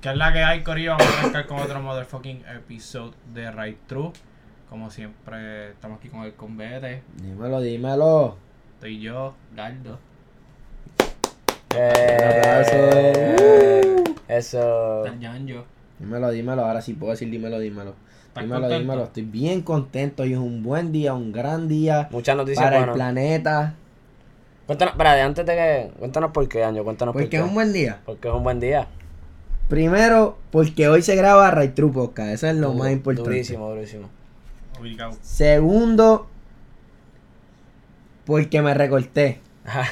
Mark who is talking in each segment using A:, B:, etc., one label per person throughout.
A: Que es la que hay, Corillo. Vamos a arrancar con otro motherfucking episode de Right True. Como siempre, estamos aquí con el convete.
B: Dímelo, dímelo.
A: Estoy yo, Gardo.
B: Eh, Eso.
A: Está Yanjo.
B: Dímelo, dímelo. Ahora sí puedo decir dímelo, dímelo.
A: ¿Estás
B: Dímelo,
A: contento?
B: dímelo. Estoy bien contento. Hoy es un buen día, un gran día.
C: Muchas noticias
B: para el
C: buenas.
B: planeta.
C: Cuéntanos, espérate, antes de que. Cuéntanos por qué, Año. Cuéntanos por,
B: Porque es
C: qué.
B: un buen día.
C: Porque es un buen día.
B: Primero, porque hoy se graba Ray True Podcast. Eso es lo
C: Du-
B: más importante.
C: Durísimo, durísimo.
A: Obligado.
B: Segundo, porque me recorté.
C: Ah.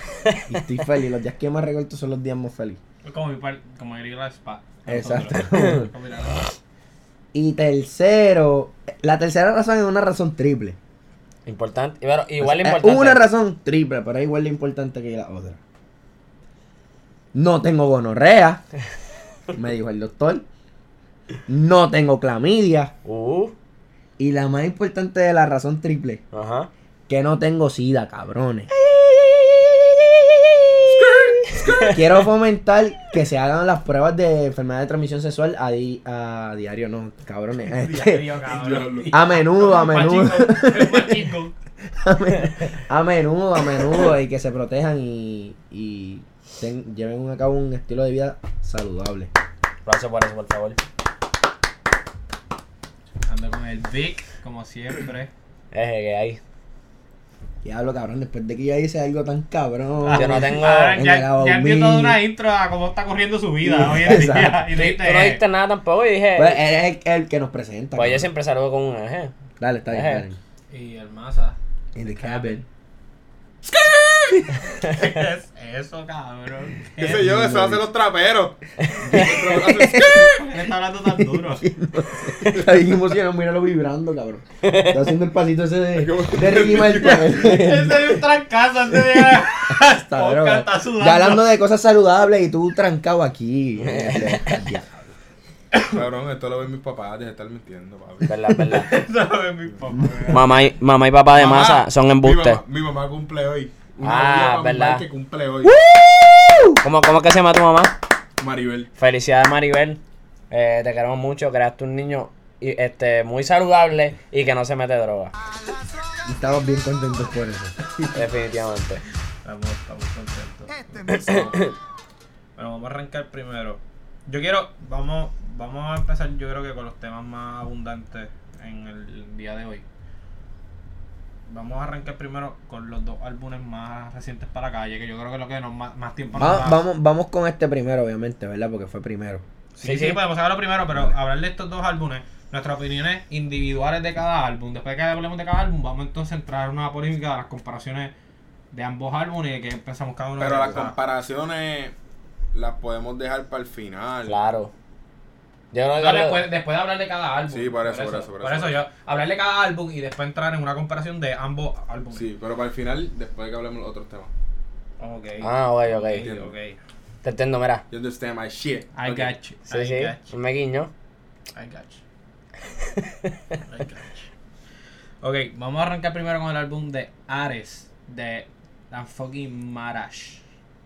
B: Y estoy feliz. Los días que me recorto son los días más felices.
A: Es Como mi par, como diría la spa.
B: Exacto.
A: Nosotros. Como la-
B: Y tercero, la tercera razón es una razón triple.
C: Importante. y bueno,
B: O sea,
C: igual importante.
B: Pues, eh, Una razón triple, pero es igual de importante que la otra. No tengo gonorrea, me dijo el doctor. No tengo clamidia.
C: Uh,
B: Y la más importante de la razón triple,
C: ajá.
B: que no tengo sida, cabrones. Quiero fomentar que se hagan las pruebas de enfermedad de transmisión sexual a, di- a diario, no, cabrones. este,
A: Diario, cabrón.
C: Ah,
B: a menudo, a menudo.
A: Pachico, pachico.
B: a, men- a menudo, a menudo, y que se protejan y, y ten- lleven a cabo un estilo de vida saludable.
C: Aplauso por eso, por favor.
A: Ando con el Vic, como siempre.
C: Eje, que hay.
B: Y hablo cabrón, después de que yo hice algo tan cabrón.
C: Yo no tengo-
A: Ah, ya,
B: Venga,
A: ya envió
B: Bobby.
A: toda una intro a cómo está corriendo su vida hoy en día.
B: Exacto.
A: Y
C: Tú, tú
D: eh.
C: no diste nada tampoco y dije.
B: Pues eres el, el que nos presenta.
C: pues yo
B: cabrón.
C: siempre saludo con un eje.
B: Dale, está bien,
C: Ajá.
B: está bien.
A: Y el Maza.
B: In the cabin.
A: ¿Qué es eso, cabrón?
D: ¿Qué sé yo? Eso hacen los traperos.
A: ¿Por qué está hablando tan duro?
B: Está bien emocionado, míralo vibrando, cabrón. Está haciendo el pasito ese de, de Ricky
A: Ese
B: Martin.
A: dio un trancazo antes de llegar
B: Está,
A: Oscar
B: cabrón.
A: está sudando.
B: Ya hablando de cosas saludables y tú trancado aquí. Ya.
D: Cabrón, esto lo ven mis papás, deja de estar mintiendo, papi.
C: Verdad, verdad.
A: Eso es mi papá.
C: mamá, y, mamá y papá de
D: Mamá,
C: masa son
D: Mi
C: embustes.
D: mamá, mi mamá cumple hoy.
C: Ah,
D: amiga para mi
C: verdad.
D: mamá que cumple hoy.
C: ¿Cómo, ¿Cómo es que se llama tu mamá?
D: Maribel.
C: Felicidades, Maribel. Eh, te queremos mucho. Creaste un niño y- este, muy saludable y que no se mete droga.
B: Y Estamos bien contentos por eso.
C: Definitivamente.
A: Estamos, estamos contentos. Bueno, vamos a arrancar primero. Yo quiero, vamos, vamos a empezar yo creo que con los temas más abundantes en el día de hoy. Vamos a arrancar primero con los dos álbumes más recientes para calle, que yo creo que es lo que nos más, más tiempo nos
B: Va-
A: da.
B: vamos, vamos con este primero, obviamente, ¿verdad? Porque fue primero.
A: Sí, sí,
C: Sí, sí.
A: podemos hablarlo primero, pero hablar de estos dos álbumes, nuestras opiniones individuales de cada álbum. Después de que hablemos de cada álbum, vamos entonces a entrar en una polémica de las comparaciones de ambos álbumes y de que pensamos cada uno de Ah.
D: Pero las
A: cosas.
D: comparaciones las podemos dejar para el final.
C: Claro. Yo creo que.
A: No, después, después de hablar de cada álbum.
D: Sí, por eso, por eso, por
A: Por
D: eso.
A: eso yo, hablar de cada álbum y después entrar en una comparación de ambos álbumes.
D: Sí, pero para el final, después de que hablemos los otros temas.
A: Ok.
C: Ah, ok, ok.
A: ok. ok.
C: Te entiendo, mira.
D: You understand my shit.
A: I
D: Ok.
A: got you.
C: Sí,
A: I
C: sí.
A: got you.
C: Me guiño.
A: I got you. I got you. Ok, vamos a arrancar primero con el álbum de Ares, de la fucking Marash.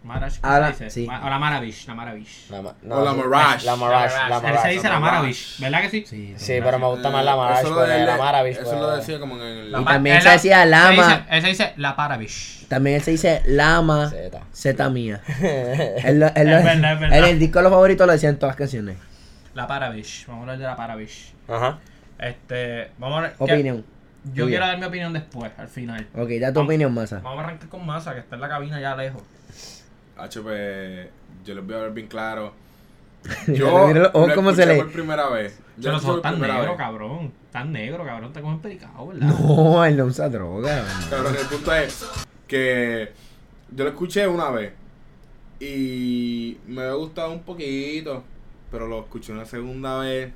A: Marash, ¿qué
B: Ara-
A: se dice?
B: sí.
A: Ma- o la Maravish, la Maravish.
C: La, ma-
D: O la
C: sí,
D: Mirage.
C: La Mirage. La
A: Él se
C: Mirage.
A: dice la
D: Marash.
A: Maravish, ¿verdad que sí?
B: Sí,
C: Sí, pero me gusta más la
D: Eh,
C: Mirage.
D: eso lo
C: porque
D: de-
C: la pues. Mirage.
D: Eso lo decía como en el.
A: La
B: Y
A: ma-
B: también
A: él
B: se decía la
A: se
B: ma-
A: dice- Él se dice la Paravish.
B: También él se dice Lama
C: Zeta.
B: Z mía. Él lo- él lo-
A: Es verdad, es verdad.
B: En el disco de los favoritos lo decían todas las canciones.
A: La Paravish, vamos a hablar de la Paravish.
C: Ajá.
A: Este, vamos a ver. ¿qué-
B: Opinión.
A: Yo
B: Tuya.
A: quiero dar mi opinión después, al final.
B: Ok, da tu
A: Vamos.
B: opinión, Masa.
A: Vamos a arrancar con Masa, que está en la cabina ya lejos.
D: HP, pues, yo les voy a hablar bien claro.
B: Mira, mira los ojos
D: lo
B: cómo se
D: escuché
B: le-
D: por primera vez.
A: Yo
D: lo
A: no
D: escuché
A: soy
D: por
A: tan
D: primera
A: negro,
D: vez.
A: cabrón. Tan negro, cabrón. Te comen pericado, ¿verdad?
B: No, él no usa droga. man.
D: Cabrón, el punto es que yo lo escuché una vez y me había gustado un poquito, pero lo escuché una segunda vez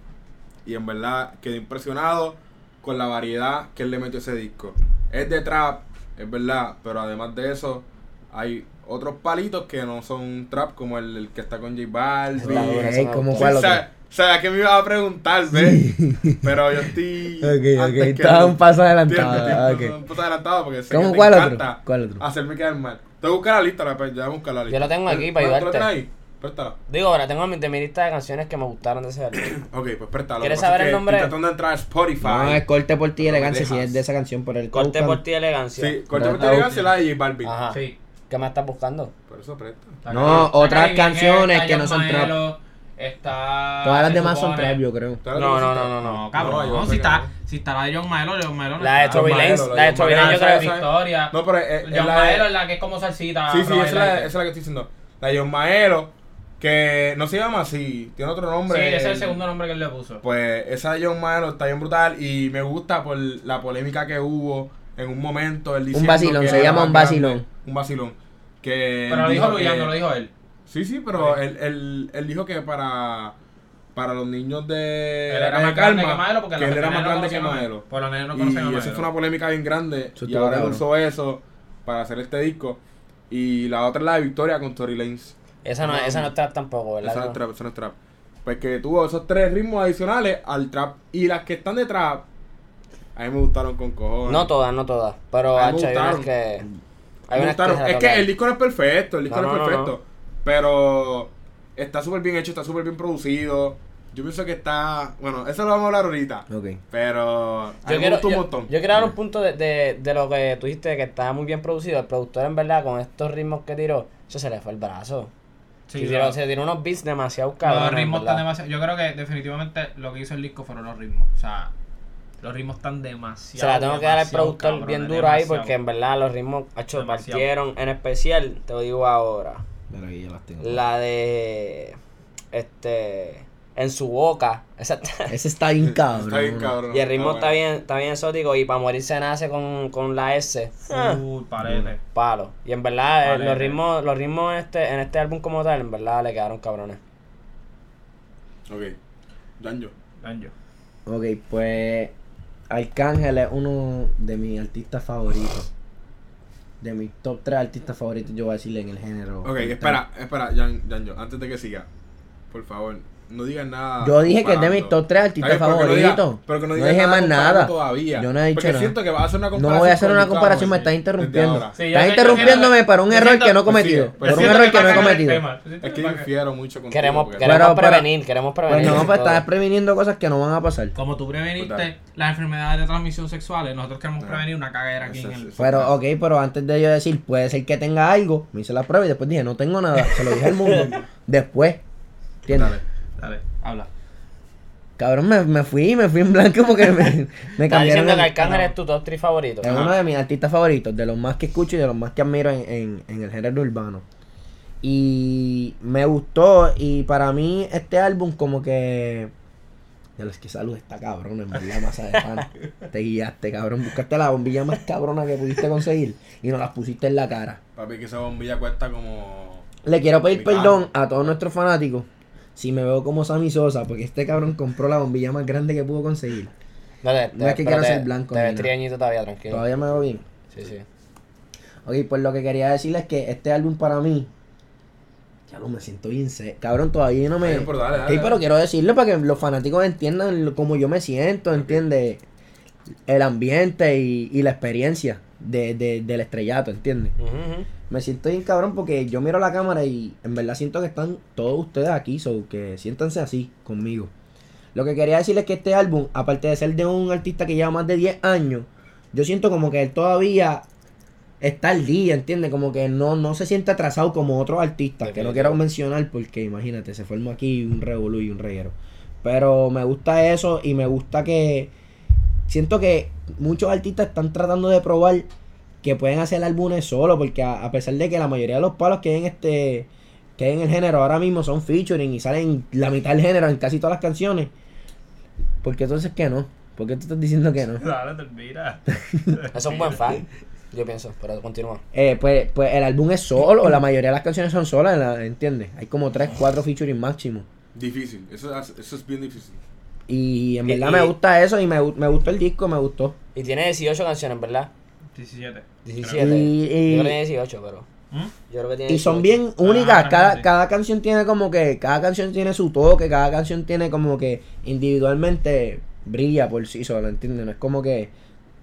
D: y en verdad quedé impresionado con la variedad que él le metió a ese disco. Es de trap, es verdad, pero además de eso hay otros palitos que no son trap como el, el que está con J
C: Está duro,
D: Balvin.
C: eso
B: Ey,
C: me
B: ¿cómo
C: gustó.
B: cuál otro?
D: ¿Sabes sabes que me iba a preguntar, ¿ves? Pero yo estoy.
B: Ok, ok,
D: antes que
B: estaba
D: tú.
B: un paso
D: Entiendo,
B: adelantado. ah,
D: estoy
B: ok.
D: Un puto adelantado porque sé
B: ¿Cómo
D: que te
B: cuál otro?
D: encanta
B: ¿Cuál otro?
D: hacerme quedar mal. Te voy a buscar la lista, la, ya voy a buscar la lista.
C: Yo la tengo aquí
D: Eh,
C: para
D: ¿tú la
C: ayudarte.
D: tienes ahí? Préstala.
C: Digo, ahora tengo mi- de mi lista de canciones que me gustaron de ese álbum.
D: Ok, pues préstala.
C: ¿Quieres
D: Lo que pasa
C: saber
D: es
C: el
D: que
C: nombre?
D: Estoy tratando de entrar a Spotify.
B: No, es corte por ti y
D: No me
B: elegancia si
D: dejas.
B: es de esa canción, pero el
C: Corte
B: Coca-
C: por ti elegancia.
D: Sí, corta por
B: No,
D: tu elegancia la de J Balvin.
C: Ajá.
A: Sí.
C: ¿Qué más estás buscando?
D: Por eso presta.
A: Está
B: No,
A: Cari- está
B: otras
A: Cari Miguel,
B: canciones
A: está
B: que no
A: John
B: son trap.
A: Maelo, Está.
B: Todas
C: Ah,
B: las
A: se
B: demás son
A: supone-
B: trap, yo creo.
D: Está
C: No,
D: la
C: no, no,
D: música.
C: no, no.
A: No,
D: No,
A: cabrón.
D: yo
A: no,
D: sé
A: si,
D: que
A: está,
D: no.
A: si está la de John Maelo, John Maelo no
C: La de
A: está.
C: Tory
D: John Maelo,
C: Lanez,
D: la de
C: la de
D: John
C: Tory
D: Maelo,
C: Lanez
D: esa
C: yo creo
D: es-
C: que-
D: esa
A: Victoria.
D: No, pero es, es
A: John
D: la de-
A: Maelo es la que es como salsita.
D: Sí, sí, esa
A: Robert
D: es, la,
A: Lanez.
D: esa es la que estoy diciendo. La de John Maelo, que no se llama así, tiene otro nombre.
A: Sí, ese es el segundo nombre que él le puso.
D: Pues esa de John Maelo está bien brutal y me gusta por la polémica que hubo en un momento. Él diciendo
B: vacilón,
D: que
B: se
D: era más
B: llama un
D: grande,
B: vacilón.
D: Un vacilón. Que
A: Pero lo
D: él
A: dijo
D: que-
A: Luyan, no lo dijo él.
D: Sí, sí, pero él, él, él dijo que para, para los niños de.
A: Él era
D: de
A: más
D: Calma,
A: grande que Maelo porque
D: que
A: los
D: él era
A: nenes
D: más
A: no
D: grande que
A: conocían a
D: Maelo.
A: Pues los nenes no
D: y
A: conocen a
D: eso
A: Maelo.
D: fue una polémica bien grande.
B: Eso
D: y
B: estuvo
D: ahora él
B: cabrón.
D: usó eso para hacer este disco. Y la otra es la de Victoria con Tory Lanez.
C: Esa no,
D: No.
C: esa no es trap tampoco, ¿verdad?
D: Esa no
C: No.
D: es trap, esa no es trap. Pues que tuvo esos tres ritmos adicionales al trap. Y las que están de trap, a mí me gustaron con cojones.
C: No todas, no todas. Pero
D: A mí me
C: hacho, hay unas
D: gustaron.
C: que.
D: Me
C: Hay unas
D: gustaron.
C: se
D: Es que
C: tocan.
D: el disco no es perfecto, el disco
C: No,
D: no, es
C: no, no,
D: perfecto. Pero está súper bien hecho, está súper bien producido. Yo pienso que está. Bueno, eso lo vamos a hablar ahorita.
B: Ok.
D: Pero. a mí
C: Yo
D: me
C: quiero,
D: gustó un
C: yo-
D: montón.
C: yo quiero dar un punto de, de, de lo que tú dijiste, que estaba muy bien producido. El productor, en verdad, con estos ritmos que tiró, eso se le fue el brazo.
A: Sí,
C: Y
A: claro.
C: tiró- se tiró unos beats demasiado cabrones.
A: Los ritmos
C: ¿verdad?
A: están demasiado. Yo creo que definitivamente lo que hizo el disco fueron los ritmos. O sea, los ritmos están demasiado.
C: Se la tengo que dar al
A: demasiado
C: productor
A: cabrones,
C: bien duro ahí,
A: demasiado.
C: porque en verdad los ritmos, hacho,
A: Demasiado.
C: partieron. En especial, te lo digo ahora.
B: Pero aquí ya las tengo.
C: La de. Este. En su boca. Esa-
B: Ese está bien cabrón.
D: Ah, Está bien, cabrón.
C: y el ritmo
D: bueno.
C: está bien, está bien exótico. Y para morir se nace con, con la S.
A: Full
C: ah.
A: parete.
C: Palo. Y en verdad, eh,
A: Vale,
C: los
A: eh.
C: ritmos, los ritmos en este, en este álbum como tal, en verdad le quedaron cabrones.
D: Ok. Danjo.
A: Danjo.
B: Ok, pues Arcángel es uno de mis artistas favoritos. De mis top 3 artistas favoritos, yo voy a decirle en el género.
D: Ok, espera, espera, Jan- Janjo, antes de que siga, por favor, no digas nada.
B: Yo dije que es de
D: comparando.
B: mis top 3 artistas
D: Está bien, pero que no
B: favoritos.
D: diga- pero que no,
B: No
D: digas
B: dije más
D: comparando
B: nada.
D: Todavía.
B: Yo no he dicho
D: Porque
B: nada.
D: siento que vas a hacer una comparación.
B: No voy a hacer
D: con
B: una
D: Luis
B: comparación, me
D: Ramos,
B: estás
D: desde
B: interrumpiendo.
D: ahora.
A: Sí, yo
B: estás
A: sé-
B: interrumpiéndome
A: yo
B: para un
A: siento-
B: error que no he
D: pues sigue,
B: cometido.
D: pues
B: Por un
D: sigue.
A: Siento
B: error que no
A: para
B: he
A: ganar el
B: cometido.
A: tema, siento
D: Es que
A: para
D: yo
A: que-
D: infiero mucho con
C: Queremos,
D: porque-
C: queremos
B: Pero- pero-
C: prevenir, queremos prevenir.
B: Pues no, pues
C: todo.
B: estás previniendo cosas que no van a pasar.
A: Como tú preveniste
D: Pues dale.
A: las enfermedades de transmisión sexuales, nosotros queremos
D: Ah.
A: prevenir una cagadera aquí
D: Eso,
A: en
D: eso,
A: el.
D: eso.
B: Pero, ok, pero antes de yo decir, puede ser que tenga algo, me hice la prueba y después dije, no tengo nada. Se lo dije al mundo. Después. ¿Entiendes?
D: Dale.
A: Dale, habla.
B: Cabrón, me, me fui, me fui en blanco porque me, me
C: Estás
B: cambiaron.
C: diciendo
B: el-
C: que Arcángel es tu top 3 favorito.
B: Es uno de mis artistas favoritos, de los más que escucho y de los más que admiro en, en- en el género urbano. Y me gustó y para mí este álbum como que... Ya lo es que salud está cabrón, en verdad, masa de pan. Te guiaste, cabrón. Buscaste la bombilla más cabrona que pudiste conseguir y nos las pusiste en la cara.
D: Papi, que esa bombilla cuesta como.
B: Le quiero pedir
D: Mi cara.
B: perdón a todos nuestros fanáticos si me veo como Sammy Sosa, porque este cabrón compró la bombilla más grande que pudo conseguir.
C: No, te-
B: No es que
C: pero
B: quiero
C: te-
B: ser blanco
C: Te
B: ni
C: ves
B: nada.
C: trigueñito todavía, tranquilo.
B: Todavía me veo bien.
C: Sí, sí.
B: Ok, pues lo que quería decirles es que este álbum para mí. Ya no me siento bien se- Cabrón, todavía no me.
D: Está bien, pero dale, dale,
B: Ok,
D: dale.
B: pero quiero decirlo para que los fanáticos entiendan lo- cómo yo me siento, ¿entiendes? El ambiente y, y la experiencia de, de- del estrellato, ¿entiendes?
C: Ujú, ujú.
B: Me siento bien cabrón porque yo miro la cámara y en verdad siento que están todos ustedes aquí, so que siéntanse así conmigo. Lo que quería decirles es que este álbum, aparte de ser de un artista que lleva más de 10 años, yo siento como que él todavía está al día, ¿entiendes? Como que no, no se siente atrasado como otros artistas, que no
C: Definitivo.
B: quiero mencionar porque imagínate, se formó aquí un revolú y un reguero. Pero me gusta eso y me gusta que siento que muchos artistas están tratando de probar que pueden hacer álbumes solo, porque a, a pesar de que la mayoría de los palos que hay en este que hay en el género ahora mismo son featuring y salen la mitad del género en casi todas las canciones. Porque entonces que no? ¿Por qué tú estás diciendo que no?
A: Dale, termina.
C: Eso es un buen fan, yo pienso, pero continúa.
B: Eh, pues, pues el álbum es solo, la mayoría de las canciones son solas, la- ¿entiendes? Hay como 3, 4 featuring máximo.
D: Difícil. Eso, es- eso es bien difícil.
B: Y en
C: Y-
B: verdad
C: y-
B: me gusta eso y me, gu- me gustó el disco, me gustó.
C: Y tiene 18 canciones, ¿verdad?
A: 17.
C: 17.
B: Y- y-
C: Yo creo que tiene 18, pero.
A: ¿Mm?
C: Yo creo que tiene
B: Y son
C: 18.
B: bien únicas,
A: ajá,
B: cada,
A: sí.
B: cada canción tiene como que, cada canción tiene su toque, cada canción tiene como que individualmente brilla por sí sola, ¿entiendes? No es como que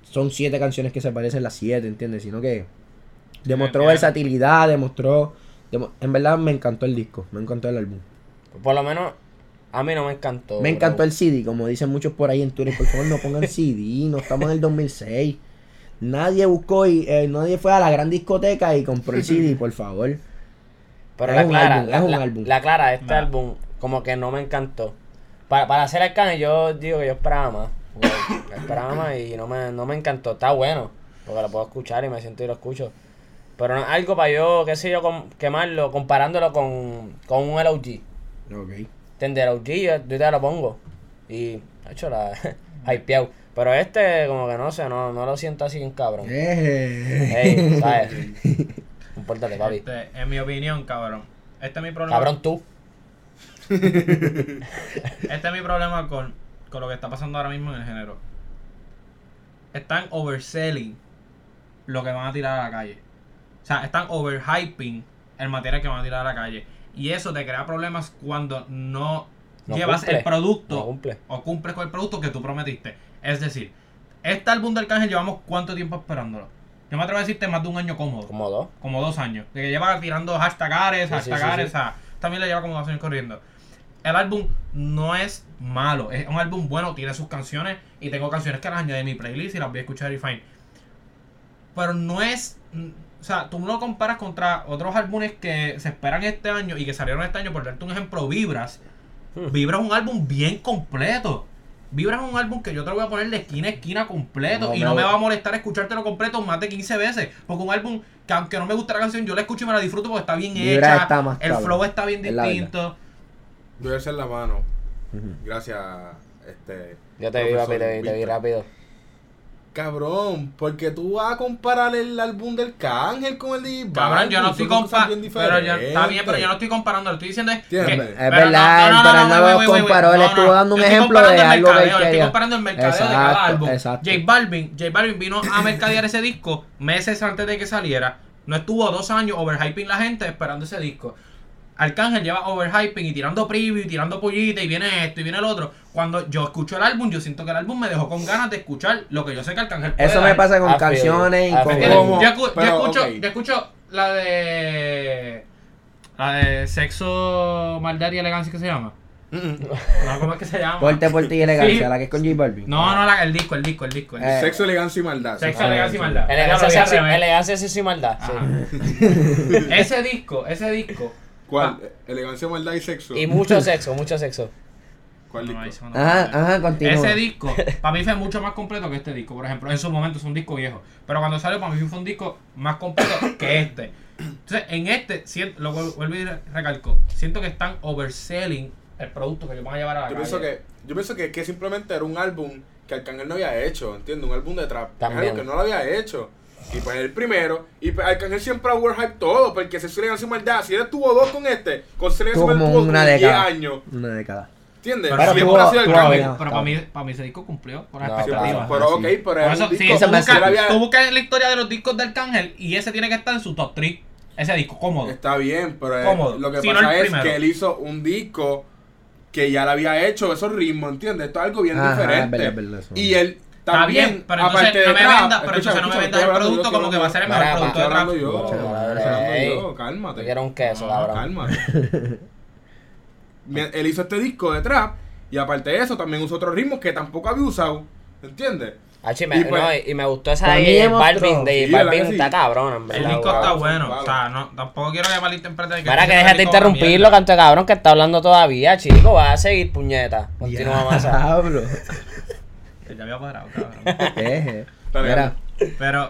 B: son siete canciones que se parecen las siete, ¿entiendes? Sino que demostró
A: entiendo.
B: versatilidad, demostró De mo- en verdad me encantó el disco, me encantó el álbum.
C: Por lo menos a mí no me encantó.
B: me encantó
C: Oh, bro.
B: el CD, como dicen muchos por ahí en Twitter. Por favor, no pongan CD, no estamos en el 2006. Nadie buscó y eh, nadie fue a la gran discoteca y compró el CD, por favor.
C: Pero
B: es
C: la
B: un
C: clara,
B: álbum,
C: la,
B: es un
C: la-
B: álbum.
C: la clara, este
A: Nah.
C: álbum como que no me encantó. Para, para hacer el cane yo digo que yo esperaba más. Yo esperaba más y no me, no me encantó. Está bueno, porque lo puedo escuchar y me siento y lo escucho. Pero no es algo para yo, qué sé yo, com- quemarlo comparándolo con, con un LOG.
B: Ok.
C: ¿Entiendes? El OG yo, yo te lo pongo. Y, hecho, la hypeado. Pero este como que no sé, no, no lo siento así bien cabrón.
B: Eh.
C: Ey, ¿sabes? Compórtate, papi.
A: Este, en mi opinión, cabrón. Este es mi problema.
C: Cabrón tú.
A: Este es mi problema con, con lo que está pasando ahora mismo en el género. Están overselling lo que van a tirar a la calle. O sea, están overhyping el material que van a tirar a la calle. Y eso te crea problemas cuando no,
C: No
A: llevas
C: cumple,
A: el producto
C: no cumple.
A: o cumples con el producto que tú prometiste. Es decir, este álbum del Cángel llevamos cuánto tiempo esperándolo. Yo me atrevo a decirte más de un año cómodo
C: Como dos.
A: como dos años. De que lleva tirando hashtags,
C: Sí, sí, sí,
A: hashtags,
C: sí.
A: a- también le lleva como dos años corriendo. El álbum no es malo, es un álbum bueno, tiene sus canciones y tengo canciones que las añadí a mi playlist y las voy a escuchar y fine. Pero no es, mm, o sea, tú lo comparas contra otros álbumes que se esperan este año y que salieron este año, por darte un ejemplo, Vibras.
C: Hmm.
A: Vibras es un álbum bien completo. Vibras es un álbum que yo te lo voy a poner de esquina a esquina completo
C: No
A: y
C: me
A: no me
C: voy-
A: va a molestar escuchártelo completo más de 15 veces. Porque un álbum que aunque no me guste la canción, yo la escucho y me la disfruto porque está bien
B: Vibra
A: hecha.
B: está más
A: el
B: cabrón,
A: flow está bien
B: es la verdad.
A: distinto.
D: Yo voy a hacer la mano.
B: Ujú.
D: Gracias, este.
C: Yo te vi, papi,
D: profesor
C: te vi, te vi
D: Víctor.
C: rápido.
D: Cabrón, porque tú vas a comparar el álbum del Cángel con el de
A: Cabrón,
D: Bad
A: yo
D: Bunny,
A: no estoy
D: son dos cosas
A: comparando.
D: bien
A: Pero yo, está bien,
D: diferentes.
A: pero yo no estoy comparando. Lo estoy diciendo es que.
D: Entiende.
B: Es
A: pero no,
B: verdad,
A: no, no,
B: pero
A: no,
B: no
A: wait,
B: lo
A: wait, wait,
B: comparó,
A: wait.
B: él
A: No,
B: estuvo
A: no.
B: dando un
A: Yo estoy
B: ejemplo
A: comparando
B: de
A: el
B: algo que él
A: mercadeo, yo Estoy
B: quería.
A: comparando el mercadeo de cada
B: Exacto,
A: álbum.
B: exacto.
A: J Balvin, J Balvin vino a mercadear ese disco meses antes de que saliera. No estuvo dos años overhyping la gente esperando ese disco. Arcángel lleva overhyping y tirando preview y tirando pollita y viene esto y viene el otro. Cuando yo escucho el álbum, yo siento que el álbum me dejó con ganas de escuchar lo que yo sé que Arcángel puede
B: Eso me
A: dar.
B: pasa con
C: I feel
B: canciones
C: you. I
B: y con.
C: feel
A: ¿Entiendes?
D: ¿Cómo?
A: Yo, escu- yo
D: Pero,
A: escucho,
D: ok.
A: yo escucho la de. La de sexo, maldad y elegancia que se llama. Mm,
D: Mm,
A: No, ¿cómo es que se llama?
B: Porte, porte y elegancia,
A: Sí.
B: la que es con J Balvin.
A: No, no, la- el disco, el disco, el disco. el
B: Eh,
D: Sexo, elegancia y maldad.
A: Sexo,
D: Sí.
A: Ah, elegancia y maldad.
C: Elegancia,
A: Ya lo
C: sí,
A: vi al revés.
C: elegancia sí, sí, maldad. sí.
A: disco. Ajá. ese disco, ese disco.
D: ¿Cuál?
B: Ah.
D: Elegancia, maldad y sexo.
C: Y mucho sexo, mucho sexo.
D: ¿Cuál
A: No, ahí
D: disco?
A: se me
B: Ajá,
A: nota.
B: ajá, continúa.
A: Ese disco, para mí fue mucho más completo que este disco, por ejemplo. En su momento es un disco viejo. Pero cuando salió, para mí fue un disco más completo que este. Entonces, en este, sien- lo vuel- vuelvo y re- recalco, siento que están overselling el producto que yo van a llevar a la
D: Yo
A: calle.
D: pienso que, yo pienso que, que simplemente era un álbum que Arcángel no había hecho, ¿entiendes? Un álbum de trap. Es
C: También.
D: algo que no lo había hecho. Y pues el primero, y pues Arcángel siempre ha overhype todo, porque se suele hacer maldad. Si él tuvo dos con este, con se
B: Tuvo
D: tuvo
B: como
D: como
B: una
D: 10
B: década.
D: años,
B: Una década.
D: ¿entiendes?
A: Pero
D: Siempre
A: tuvo-
D: ha sido
B: tuvo
D: Arcángel.
B: años.
A: Pero para mí, para mí ese disco cumplió con las
C: No,
D: Siempre ha sido,
A: expectativas.
C: claro.
D: pero
B: sí.
D: ok, pero
A: Por
D: era
A: eso,
D: un
A: sí,
D: disco
B: ese
A: tú
B: me hace-
D: que él
A: buscas,
D: había-
A: tú buscas la historia de los discos del Arcángel y ese tiene que estar en su top 3. Ese disco cómodo.
D: Está bien, pero eh,
A: Cómodo,
D: lo que
A: si no
D: pasa
A: el
D: es
A: primero.
D: que él hizo un disco que ya lo había hecho, esos ritmos, ¿entiendes? Esto es algo bien
B: Ajá,
D: diferente.
B: es verdad, es verdad, eso.
D: y él
A: Está
D: también,
A: bien, pero entonces
D: aparte de
A: no me
D: trap-
A: vendas- pero
D: escucha,
A: entonces no me
D: escucha,
A: vendas el
D: estoy hablando
A: producto
D: yo,
A: como que va a ser el
D: estoy
C: mejor
D: hablando
A: producto de
D: yo,
C: trap.
D: estoy hablando
C: Ey,
D: yo, cálmate.
C: yo quiero un
D: Ah,
C: queso, cabrón.
D: Cálmate. Me- él hizo este disco de trap y aparte de eso también usó otros ritmos que tampoco había usado, ¿entiendes?
C: Ah, sí, me-
D: Y pues-
C: no, y- y me gustó esa
B: Para mí
C: de
B: demostró.
C: Balvin, de
D: Sí,
C: Balvin
D: ¿verdad que sí?
C: está cabrón, en
A: El
C: verdad.
A: disco
C: güey.
A: está
D: guau,
A: bueno.
D: guau.
A: O sea, no, tampoco quiero que malinterpreten.
C: Mira que
A: ese
C: dejes de
A: disco es una
C: interrumpirlo,
A: mierda.
C: canto de cabrón, que está hablando todavía, chico. Vas a seguir, puñeta. Continúa más.
B: Diablo. Eh,
A: Que ya había parado, cabrón.
B: Eje.
D: Dale,
B: eh. Mira,
A: Pero,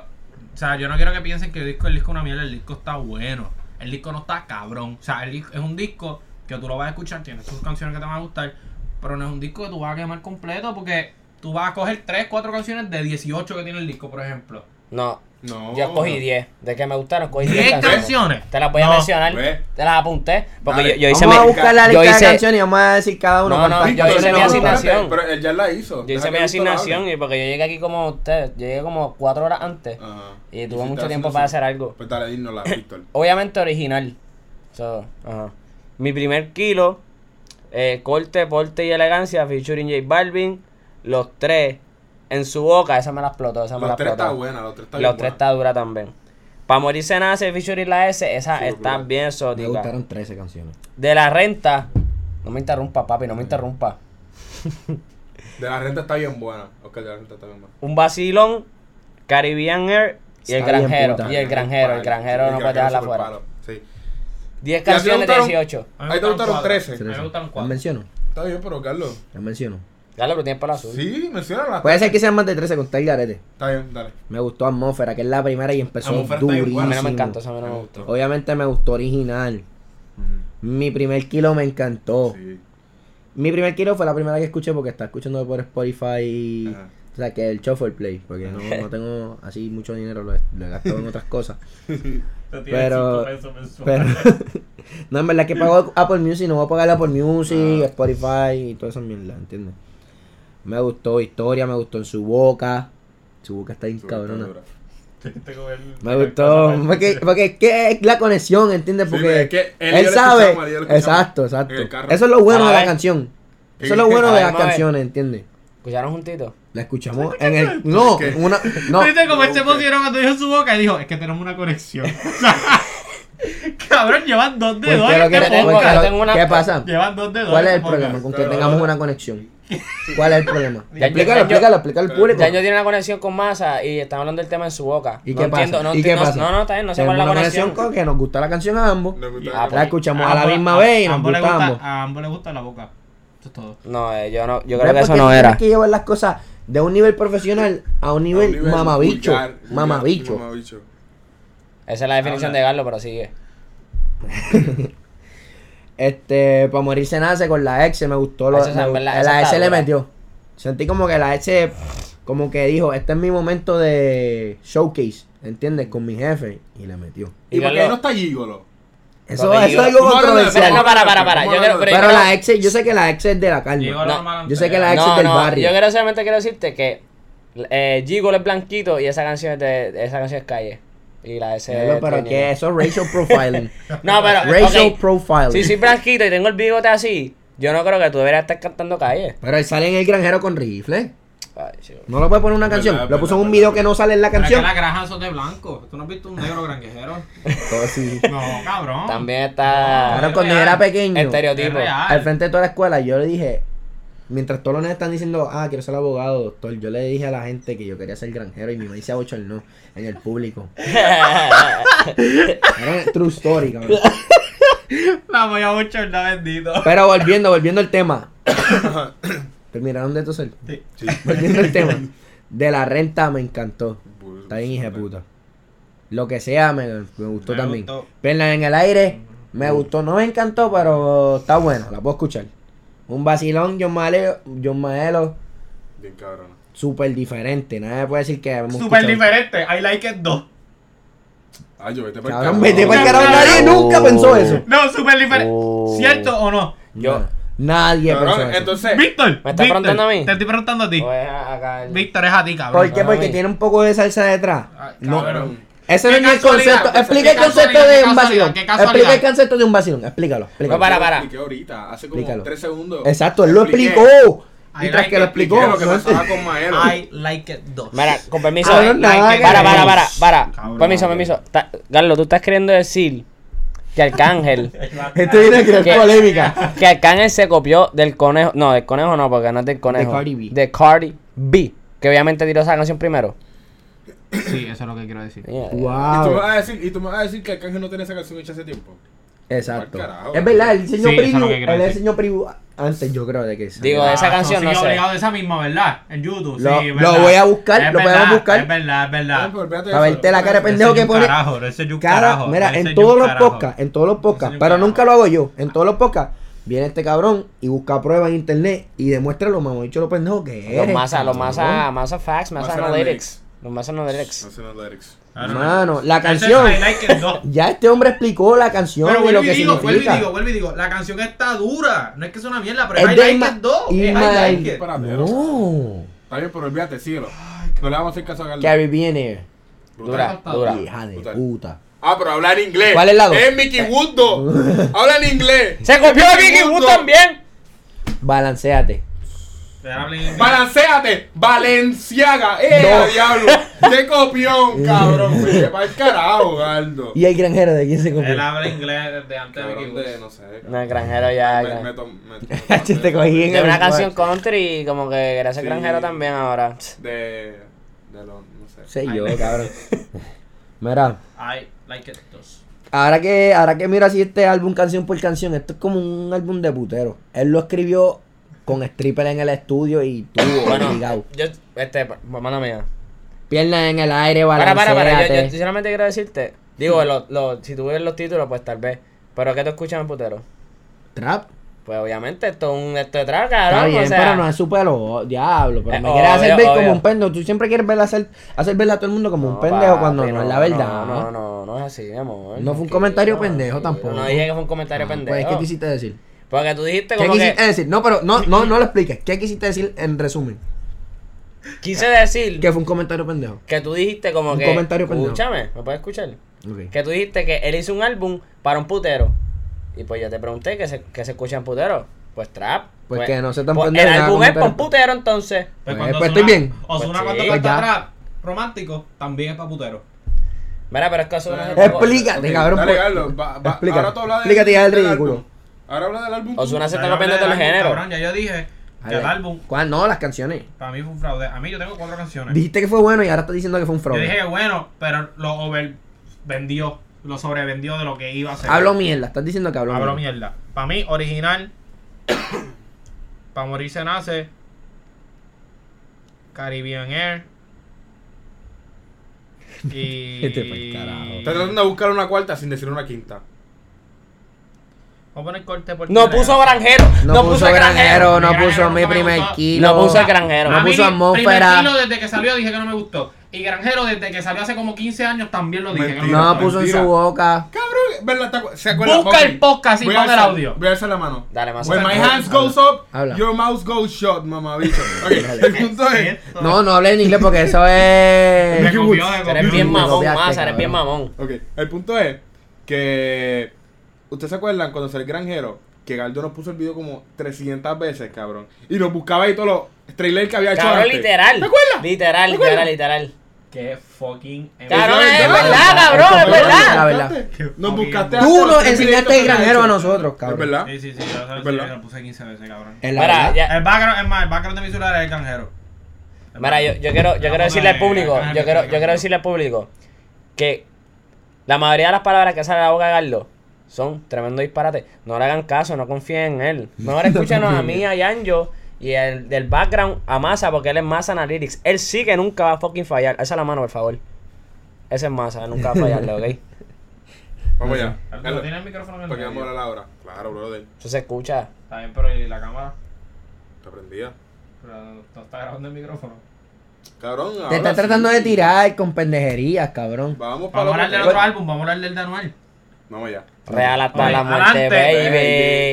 A: o sea, yo no quiero que piensen que el disco, el disco es una mierda. El disco está bueno. El disco no está cabrón. O sea, el disco- es un disco que tú lo vas a escuchar, tiene sus canciones que te van a gustar. Pero no es un disco que tú vas a quemar completo porque tú vas a coger 3, 4 canciones de 18 que tiene el disco, por ejemplo.
C: No,
D: No.
C: yo escogí 10. De que me gustaron, escogí 10
A: ¿10
C: canciones.
A: canciones?
C: Te las voy a
A: No.
C: mencionar.
D: Ve.
C: Te las apunté. Porque
D: Dale.
C: yo, yo hice
B: vamos a
C: mi-
B: buscar la
C: yo
B: lista
C: hice-
B: de canciones y vamos a decir cada uno.
C: No,
D: Ah,
B: cuántas
C: no, Pues, yo
B: canciones
C: hice mi
B: nos gustaron.
C: asignación.
D: Pero él ya la hizo.
C: Yo
D: Deja
C: hice mi
D: que Víctor
C: asignación
D: hable.
C: y porque yo llegué aquí como ustedes, llegué como cuatro horas antes
D: Ajá.
C: y tuve
D: Hiciste
C: mucho
D: la
C: tiempo para hacer
D: asignación.
C: algo.
D: Pues dale, dinos la, Víctor.
C: Obviamente original. So, ajá. Mi primer kilo, eh, corte, porte y elegancia, featuring J Balvin, los tres en su boca, esa me la explotó, esa me la
D: Los tres
C: explotó.
D: está buena, los tres está
C: los
D: bien
C: tres
D: buena.
C: está dura también. Para morirse nace featuring la S, esa
D: Sí,
C: está
D: brutal.
C: bien
B: Me
C: exótica.
B: gustaron 13 canciones.
C: De la renta. No me interrumpa, papi, no me interrumpa.
D: De la renta está bien buena. Oscar, de la renta está bien buena.
C: Un vacilón, Caribbean Air y
B: Está
C: el
B: bien
C: granjero.
B: puta.
C: Y el granjero, el granjero no puede dejarla
D: super
C: fuera.
D: palo, Sí. ¿Y
C: 10
D: a ti te
C: canciones de
D: gustaron?
C: 18.
A: A mí
D: Ahí te gustaron
A: cuatro.
D: 13.
A: A mí me gustaron
B: ¿Las
A: cuatro.
B: menciono?
D: Está bien, pero Carlos.
B: ¿Las menciono?
C: Dale, pero tienes para azul.
D: Sí, menciónala.
C: Pues-
B: Puede ser que sean más de 13 con tal garete.
D: Está bien, dale.
B: Me gustó Atmósfera, que es la primera y empezó
D: Atmósfera está bien
B: durísimo.
C: A
D: buena.
C: mí no me encantó, esa a mí no me gustó.
B: Obviamente me gustó original. Mi primer kilo me
C: Oh.
B: encantó.
D: Sí.
B: Mi primer kilo fue la primera que escuché porque está escuchando por Spotify.
D: Ajá.
B: O sea, que el shuffle play, porque no, no tengo así mucho dinero, lo he, lo he gastado en otras cosas.
A: Te tiran
B: Pero-
A: cinco pesos
B: Pero,
A: mensuales.
B: no, en verdad que pago Apple Music, no voy a pagar Apple Music,
D: Ah.
B: Spotify y toda esa mierda, ¿entiendes? Me gustó Historia, me gustó en su boca. Su boca está bien
D: Súper
B: cabrona.
D: dura.
A: Tengo el-
B: Me gustó,
A: el-
B: porque, porque es que es la conexión, ¿entiendes?
D: Sí,
B: Porque
D: es que él y
B: él,
D: yo lo
B: sabe.
D: escuchamos, él y yo lo escuchamos
B: Exacto, exacto.
D: en el carro.
B: Eso es lo bueno
C: A
B: de la
C: ver.
B: canción. Eso es lo bueno
C: A
B: de
C: ver,
B: las
C: vamos a ver.
B: canciones, ¿entiendes?
C: ¿Escucharon juntitos?
B: La escuchamos en el... No,
D: ¿Qué?
B: una... No,
A: ¿Viste cómo él se
D: ok.
A: emocionó cuando dijo su boca? Y dijo, es que tenemos una conexión. O sea, cabrón, llevan dos
B: porque
A: dedos en
B: lo que-
A: este
C: tengo-
B: porque
A: podcast.
B: lo-
C: tengo una-
B: ¿Qué pasa?
A: Llevan dos dedos.
B: ¿Cuál
A: en
B: es el
A: este podcast.
B: problema? Con que
D: Pero-
B: tengamos una conexión. ¿Cuál es el problema?
A: Ya-
B: Explícalo,
C: ya-
B: explícalo, explícalo al público.
C: Yaño tiene una conexión con Massa y están hablando del tema en su boca.
B: ¿Y
C: no
B: qué
C: entiendo,
B: pasa?
C: No,
B: ¿Y qué
C: entiendo-
B: pasa?
C: no, no, también no sé
B: Tenemos
C: cuál es la
B: una
C: conexión.
B: con que nos gusta la canción a ambos.
D: Nos gusta
A: Y-
D: el
A: ah,
D: carro.
B: La escuchamos a la
A: ambos-
B: misma
A: a-
B: vez y
A: a
B: nos
A: ambos le
B: gusta a
A: gusta-
B: ambos.
A: A ambos les gusta la boca. Eso es todo.
C: No, eh, yo no, yo
B: ¿Ves
C: creo que
B: por
C: eso
B: qué
C: no
B: tú
C: era.
B: Tienes que llevar las cosas de un nivel profesional a un nivel, mamabicho.
D: vulgar, vulgar,
B: mamabicho.
D: mamabicho.
C: Esa es la definición
A: Habla.
C: de Garlo, pero sigue.
B: Este, para morirse nace con la ex, me gustó. Lo,
C: Esa Ah, es
B: me
C: en
B: gustó-
C: verdad- esa
B: la
C: está
B: ex se le
C: dura.
B: metió. Sentí como que la ex se- como que dijo, este es mi momento de showcase, ¿entiendes? Con mi jefe. Y le metió.
D: ¿Y por qué
C: Garlo-
D: no está Gigolo?
B: Eso,
C: Papi,
B: eso
C: yo-
B: es algo
D: Vamos a hablar de-
C: Pero
B: controversial.
C: no, para, para, para.
D: Vamos
C: Yo quiero,
D: hablando de-
B: Pero
C: yo
B: la
C: quiero-
B: ex, yo sé que la ex es de la
A: Llegó la
B: calma.
C: no,
A: hermana
B: yo sé que
A: Antea.
B: la ex es del
C: no,
B: barrio.
C: Yo quiero solamente quiero decirte que eh, Gigolo es blanquito y esa canción es de esa canción es calle. Y la S
B: Diablo,
C: es
B: pero
C: Trini.
B: que eso es racial profiling.
C: No, pero
B: racial
C: ok,
B: profiling.
C: Si soy blanquito y tengo el bigote así, yo no creo que tú deberías estar cantando calle.
B: Pero él sale en el granjero con rifle.
C: Ay, chico.
B: No lo puede poner en una
D: Verdad,
B: canción. lo
D: verdad,
B: puso en un
D: verdad,
B: video
D: verdad.
B: que no sale en la
A: Pero es que
B: canción.
A: las granjas son de blanco. ¿Tú no has visto un negro granjero?
B: Todo así.
A: No, cabrón.
C: También está
B: Claro, cuando yo
A: real.
B: era pequeño,
C: estereotipo.
A: Es real.
B: al frente de toda la escuela, yo le dije, mientras todos los nenes están diciendo, ah, quiero ser abogado, doctor, yo le dije a la gente que yo quería ser granjero y mi mamá dice a ocho el no en el público. Era true story, cabrón.
A: La voy a bochornar, bendito.
B: Pero volviendo, volviendo al tema. Terminaron de toser.
A: Sí.
D: Sí.
B: Volviendo al tema. De la renta me encantó.
D: Pues,
B: Está bien, hija de puta. Lo que sea, me, me gustó
A: Me
B: también.
A: gustó.
B: Perla en el aire, me gustó. No me encantó, pero está buena, la puedo escuchar. Un vacilón, John Maelo, John Maelo
D: Bien cabrona.
B: súper diferente. Nadie puede decir que hemos
A: Súper
B: escuchado-
A: diferente. I like it 2.
D: Ay, Ah, yo vete para
B: Cabrón, vete pa'l carajo,
A: Cabrón. Uh.
B: nadie nunca pensó eso.
A: No, súper diferente.
C: Oh.
A: ¿Cierto o no?
C: Yo-
B: No, nadie pensó
D: Cabrón,
B: eso.
D: entonces.
A: Víctor.
C: ¿Me estás
A: Víctor,
C: preguntando a mí?
A: Te estoy preguntando a ti.
C: Pues, acá el-
A: Víctor es a ti, cabrón.
B: ¿Por qué?
C: Cabrón,
B: Porque
C: mami.
B: tiene un poco de salsa detrás.
A: Ay,
B: No,
A: cabrón. Ah,
B: ese no
A: Qué
B: es ni el
A: casualidad,
B: concepto.
A: qué
B: Explica el concepto
A: casualidad,
B: de
A: qué
B: un vacilón.
A: casualidad, qué casualidad. Pues
B: Explica el concepto de un vacilón. Explícalo. explícalo.
C: No, para, para.
D: Expliqué ahorita, hace como
B: Explícalo.
D: 3 segundos.
B: Exacto, él lo
D: Expliqué-
B: explicó.
A: I
B: Y tras
A: like
B: que lo
A: it,
B: explicó,
D: expliqué lo que
B: no
D: pasaba con Maelo.
A: I like it 2.
C: Mira, con permiso.
B: Cabrón,
C: eh.
B: Ah, nada que
C: para,
B: ver.
C: para, para, para.
A: Cabrón.
C: Permiso, permiso. Ta- Carlos, tú estás queriendo decir que Arcángel.
B: Esto viene a crear
C: ¿Qué?
B: polémica.
C: que Arcángel se copió del conejo. No, del conejo no, porque no es del conejo.
B: De Cardi B.
C: De Cardi B. Que obviamente tiró esa canción primero.
A: Sí, eso es lo que quiero decir.
C: Mira,
D: Y tú me vas
B: Wow.
D: a decir, y tú me vas a decir que Arcángel no tiene esa canción hecha hace tiempo.
B: Exacto.
D: Pa'l carajo.
B: Es verdad, el diseño
A: Sí, eso es lo
B: preview.
A: que quiero
B: El
A: decir.
B: diseño preview antes, yo creo, de que salió.
C: Digo, esa canción
A: sí,
C: no sé.
A: obligado de esa misma, ¿verdad? En YouTube,
B: Lo-
A: sí,
B: lo
A: ¿verdad?
B: voy a buscar, lo
A: verdad,
B: podemos buscar.
A: Es verdad, es
D: Ah,
A: verdad.
D: pero olvídate de
B: A
D: eso,
B: verte la cara
D: olvídate
B: de
D: de
B: pendejo
A: Ese es
B: Pues que
A: un
B: pone.
A: Carajo, ese es un
B: Cara,
A: carajo,
B: mira,
A: ese es
B: en
A: un
B: todos los
A: carajo.
B: podcasts, en todos los podcasts,
A: un
B: pero
A: carajo.
B: nunca lo hago yo. En todos los podcasts viene este cabrón y busca pruebas en internet y demuestra lo mamabicho lo pendejo que es.
C: Los masa, los masa, masa facts, masa
D: Masa
C: analytics.
D: analytics.
C: Los masa
D: eso.
C: analytics.
D: No sé, no, lyrics.
A: Claro.
B: Mano, la
A: Ese es
B: canción.
A: I like it 2.
B: Ya este hombre explicó la canción
A: Pero
B: y lo
A: vuelvo y
B: que
A: digo, vuelvo y
B: significa.
A: digo, vuelvo y digo. La canción está dura. No es que es una mierda, pero
B: Es
A: es I
B: de
A: like
B: Ima-
A: it 2. Es I
B: Ima-
A: like it.
D: Espérate,
B: No.
D: Está bien, pero olvídate, síguelo. No le vamos a hacer caso a Carlos.
B: Carrie Biener.
C: Dura,
A: Brutal.
C: dura.
B: Hija de
D: Brutal.
B: puta.
D: Ah, pero habla en inglés.
B: ¿Cuál es la dos?
D: Es Mickey Wood 2. habla en inglés.
C: Se copió de Vicky Wu
D: Wood
C: también.
B: Balanceate.
A: Te hablen en inglés.
D: Balanceate, Valenciaga, eh,
B: No.
D: diablo. ¡Qué copión, cabrón! Me lleva el carajo, Gardo.
B: ¿Y el granjero de quién se copió?
A: Él habla inglés desde antes de Mickey
D: Cabrón de,
A: Woods.
D: no sé.
C: No, el granjero ya.
D: Me,
C: el
D: me
C: gran-
D: tom- me tomé
B: Te cogí en
C: De
B: el
C: una
B: cual.
C: canción country y como que gracias
D: Sí.
C: granjero también ahora.
D: De, de los, no sé.
B: Sé
A: Ay,
B: yo,
A: me-
B: cabrón. Mira,
A: I like it dos.
B: ahora que, ahora que miro así este álbum canción por canción, esto es como un álbum de putero. Él lo escribió con stripper en el estudio y tuvo
C: Bueno,
B: obligado.
C: yo, este, mamá mía.
B: Piernas en el aire,
C: Para, para, para, yo,
B: balancéate.
C: yo sinceramente quiero decirte, digo, lo- lo- si tú ves los títulos, pues tal vez, pero ¿qué tú escuchas en putero?
B: Trap.
C: Pues obviamente esto es un esto de traga,
B: Está
C: cabrón,
B: bien,
C: o sea,
B: pero no es su pelo, oh, diablo. Pero
C: Eh,
B: me quieres hacer
C: obvio,
B: ver
C: obvio.
B: como un pendejo. Tú siempre quieres ver hacer, hacer ver a todo el mundo como un
C: No,
B: pendejo
C: papi,
B: cuando no, es la verdad.
C: No, no, no, no es así, mi amor.
B: No fue un
C: tranquilo,
B: comentario pendejo
C: tranquilo.
B: tampoco.
C: No dije que fue un comentario pendejo.
B: Pues, ¿qué quisiste decir?
C: Porque tú dijiste
B: ¿Qué
C: como
B: quisiste
C: que
B: decir? No, pero no, no, no lo expliques. ¿Qué quisiste decir en resumen?
C: quise decir
B: Que fue un comentario pendejo.
C: que tú dijiste como
B: Un
C: que
B: comentario pendejo.
C: escúchame, ¿me puedes escuchar?
B: Ok.
C: Que tú dijiste que él hizo un álbum para un putero. Y pues yo te pregunté que se, que se escucha en putero. Pues trap.
B: Pues que no se tan
C: pues,
B: pendejo,
C: El
B: nada,
C: álbum
B: como
C: es para un
B: putero.
C: putero entonces.
B: Pues,
A: cuando
B: pues, estoy
A: Ozuna-
B: bien.
A: Ozuna
C: Pues
A: cuando
C: sí,
A: canta
B: ya.
A: trap romántico, también es paputero.
C: Mira, pero es que Ozuna se
B: Explica. Explícate,
D: Ok,
B: cabrón,
D: Dale,
B: por-
D: Gardo. va- va-
B: explica.
D: Ahora tú hablas del-
B: Explícate ya el
D: del
B: ridículo.
D: álbum. Ahora habla del álbum.
C: Ozuna
A: Ya
C: se está
A: yo hablé
C: copiando
A: del
C: todo el
A: álbum,
C: género.
A: Cabrón, ya yo dije que el álbum
B: ¿Cuál? No, las canciones.
A: para mí fue un fraude. A mí yo tengo cuatro canciones.
B: Dijiste que fue bueno y ahora estás diciendo que fue un
A: Yo dije
B: fraude.
A: que bueno, pero lo overvendió, lo sobrevendió de lo que iba a ser.
B: Hablo mierda. Estás diciendo que hablo,
A: Hablo
B: mierda.
A: mierda. Para mí, original. para morirse nace. Caribbean Air. Y.
B: Vete pa'l carajo.
D: Está tratando de buscar una cuarta sin decir una quinta.
A: Vamos a poner corte por
C: No
A: tierra.
C: puso granjero.
B: No, puso granjero, no
A: Granjero
B: puso
A: nunca
B: mi
A: me
B: primer
A: gustó.
B: kilo.
C: No puso el granjero.
B: No
A: A mí,
B: puso atmósfera.
A: Primer kilo desde que salió dije que no me gustó. Y Granjero desde que salió hace como 15 años también lo dije. que no me
D: Mentira.
B: No
A: gustó.
B: puso en su
D: Mentira.
B: boca.
D: Cabrón, ¿verdad? ¿Te acu- ¿Se acuerdan?
A: Busca
D: Ok,
A: el podcast y
D: voy a
A: pon el
D: alzar-
A: audio.
D: Voy a alzar la mano.
C: Dale, más.
D: When my hands goes up,
B: Habla.
D: your mouth goes shut, mamá, bicho. Ok, el punto es.
B: No, eh, no hablé en inglés porque eso
A: Pues, Me
B: es.
A: copió, me copió.
C: Eres bien
B: Me
C: mamón,
B: copiaste,
C: más, eres bien
B: cabrón.
C: mamón.
D: Ok, el punto es que. ¿Ustedes se acuerdan cuando salió el granjero? Que Gardo nos puso el video como 300 veces, cabrón. Y nos buscaba ahí todos los trailers que había hecho.
C: Cabrón,
D: antes.
C: literal.
D: ¿Te acuerdas?
C: Literal,
D: ¿Te acuerdas?
C: literal, literal.
A: Qué fucking.
C: Cabrón,
D: Eso es
C: es
D: verdad.
C: verdad, cabrón,
B: Eso
C: es
B: es
C: verdad.
B: La verdad.
D: Nos buscaste
B: Tú
D: antes
B: nos
D: los
B: enseñaste
D: 300
B: el granjero
D: que
B: a
D: había hecho.
B: nosotros, cabrón.
D: Es verdad.
A: Sí, sí, sí, yo sabes
D: Ah. verdad.
A: que lo puse 15 veces, cabrón.
B: Es la
C: Mira,
B: verdad.
C: ya-
A: El background, es más, el background de mi celular es el granjero. El
C: Mira, yo, yo quiero, yo
A: Vamos
C: quiero decirle al
A: a-
C: público,
A: a-
C: yo quiero, yo quiero decirle al público que la mayoría de las palabras que sale de la boca de Garlo son tremendo disparate. No le hagan caso, no confíen en él. Mejor escúchanos a mí, a Yanjo y el del background a Massa, porque él es Massa Analytics. Él sí que nunca va a fucking fallar. Esa es la mano, por favor. Ese es Massa, nunca va a fallarle, ¿ok?
D: Vamos ya.
A: Arturo, ¿Tienes el micrófono en el
D: ¿Para qué
A: medio?
D: vamos a hablar ahora? Claro, brother.
C: Eso se escucha.
A: Está bien, pero ¿y la cámara?
D: Te aprendía.
A: Pero no no está grabando el micrófono.
D: Cabrón,
B: Te
D: ahora
B: estás
D: sí.
B: tratando de tirar con pendejerías, cabrón.
D: Vamos para
A: Vamos a hablar del
D: la
A: otro álbum, vamos a hablar del de Anuel.
D: Vamos ya.
C: Real hasta
A: Ok,
C: la muerte,
A: adelante,
C: baby.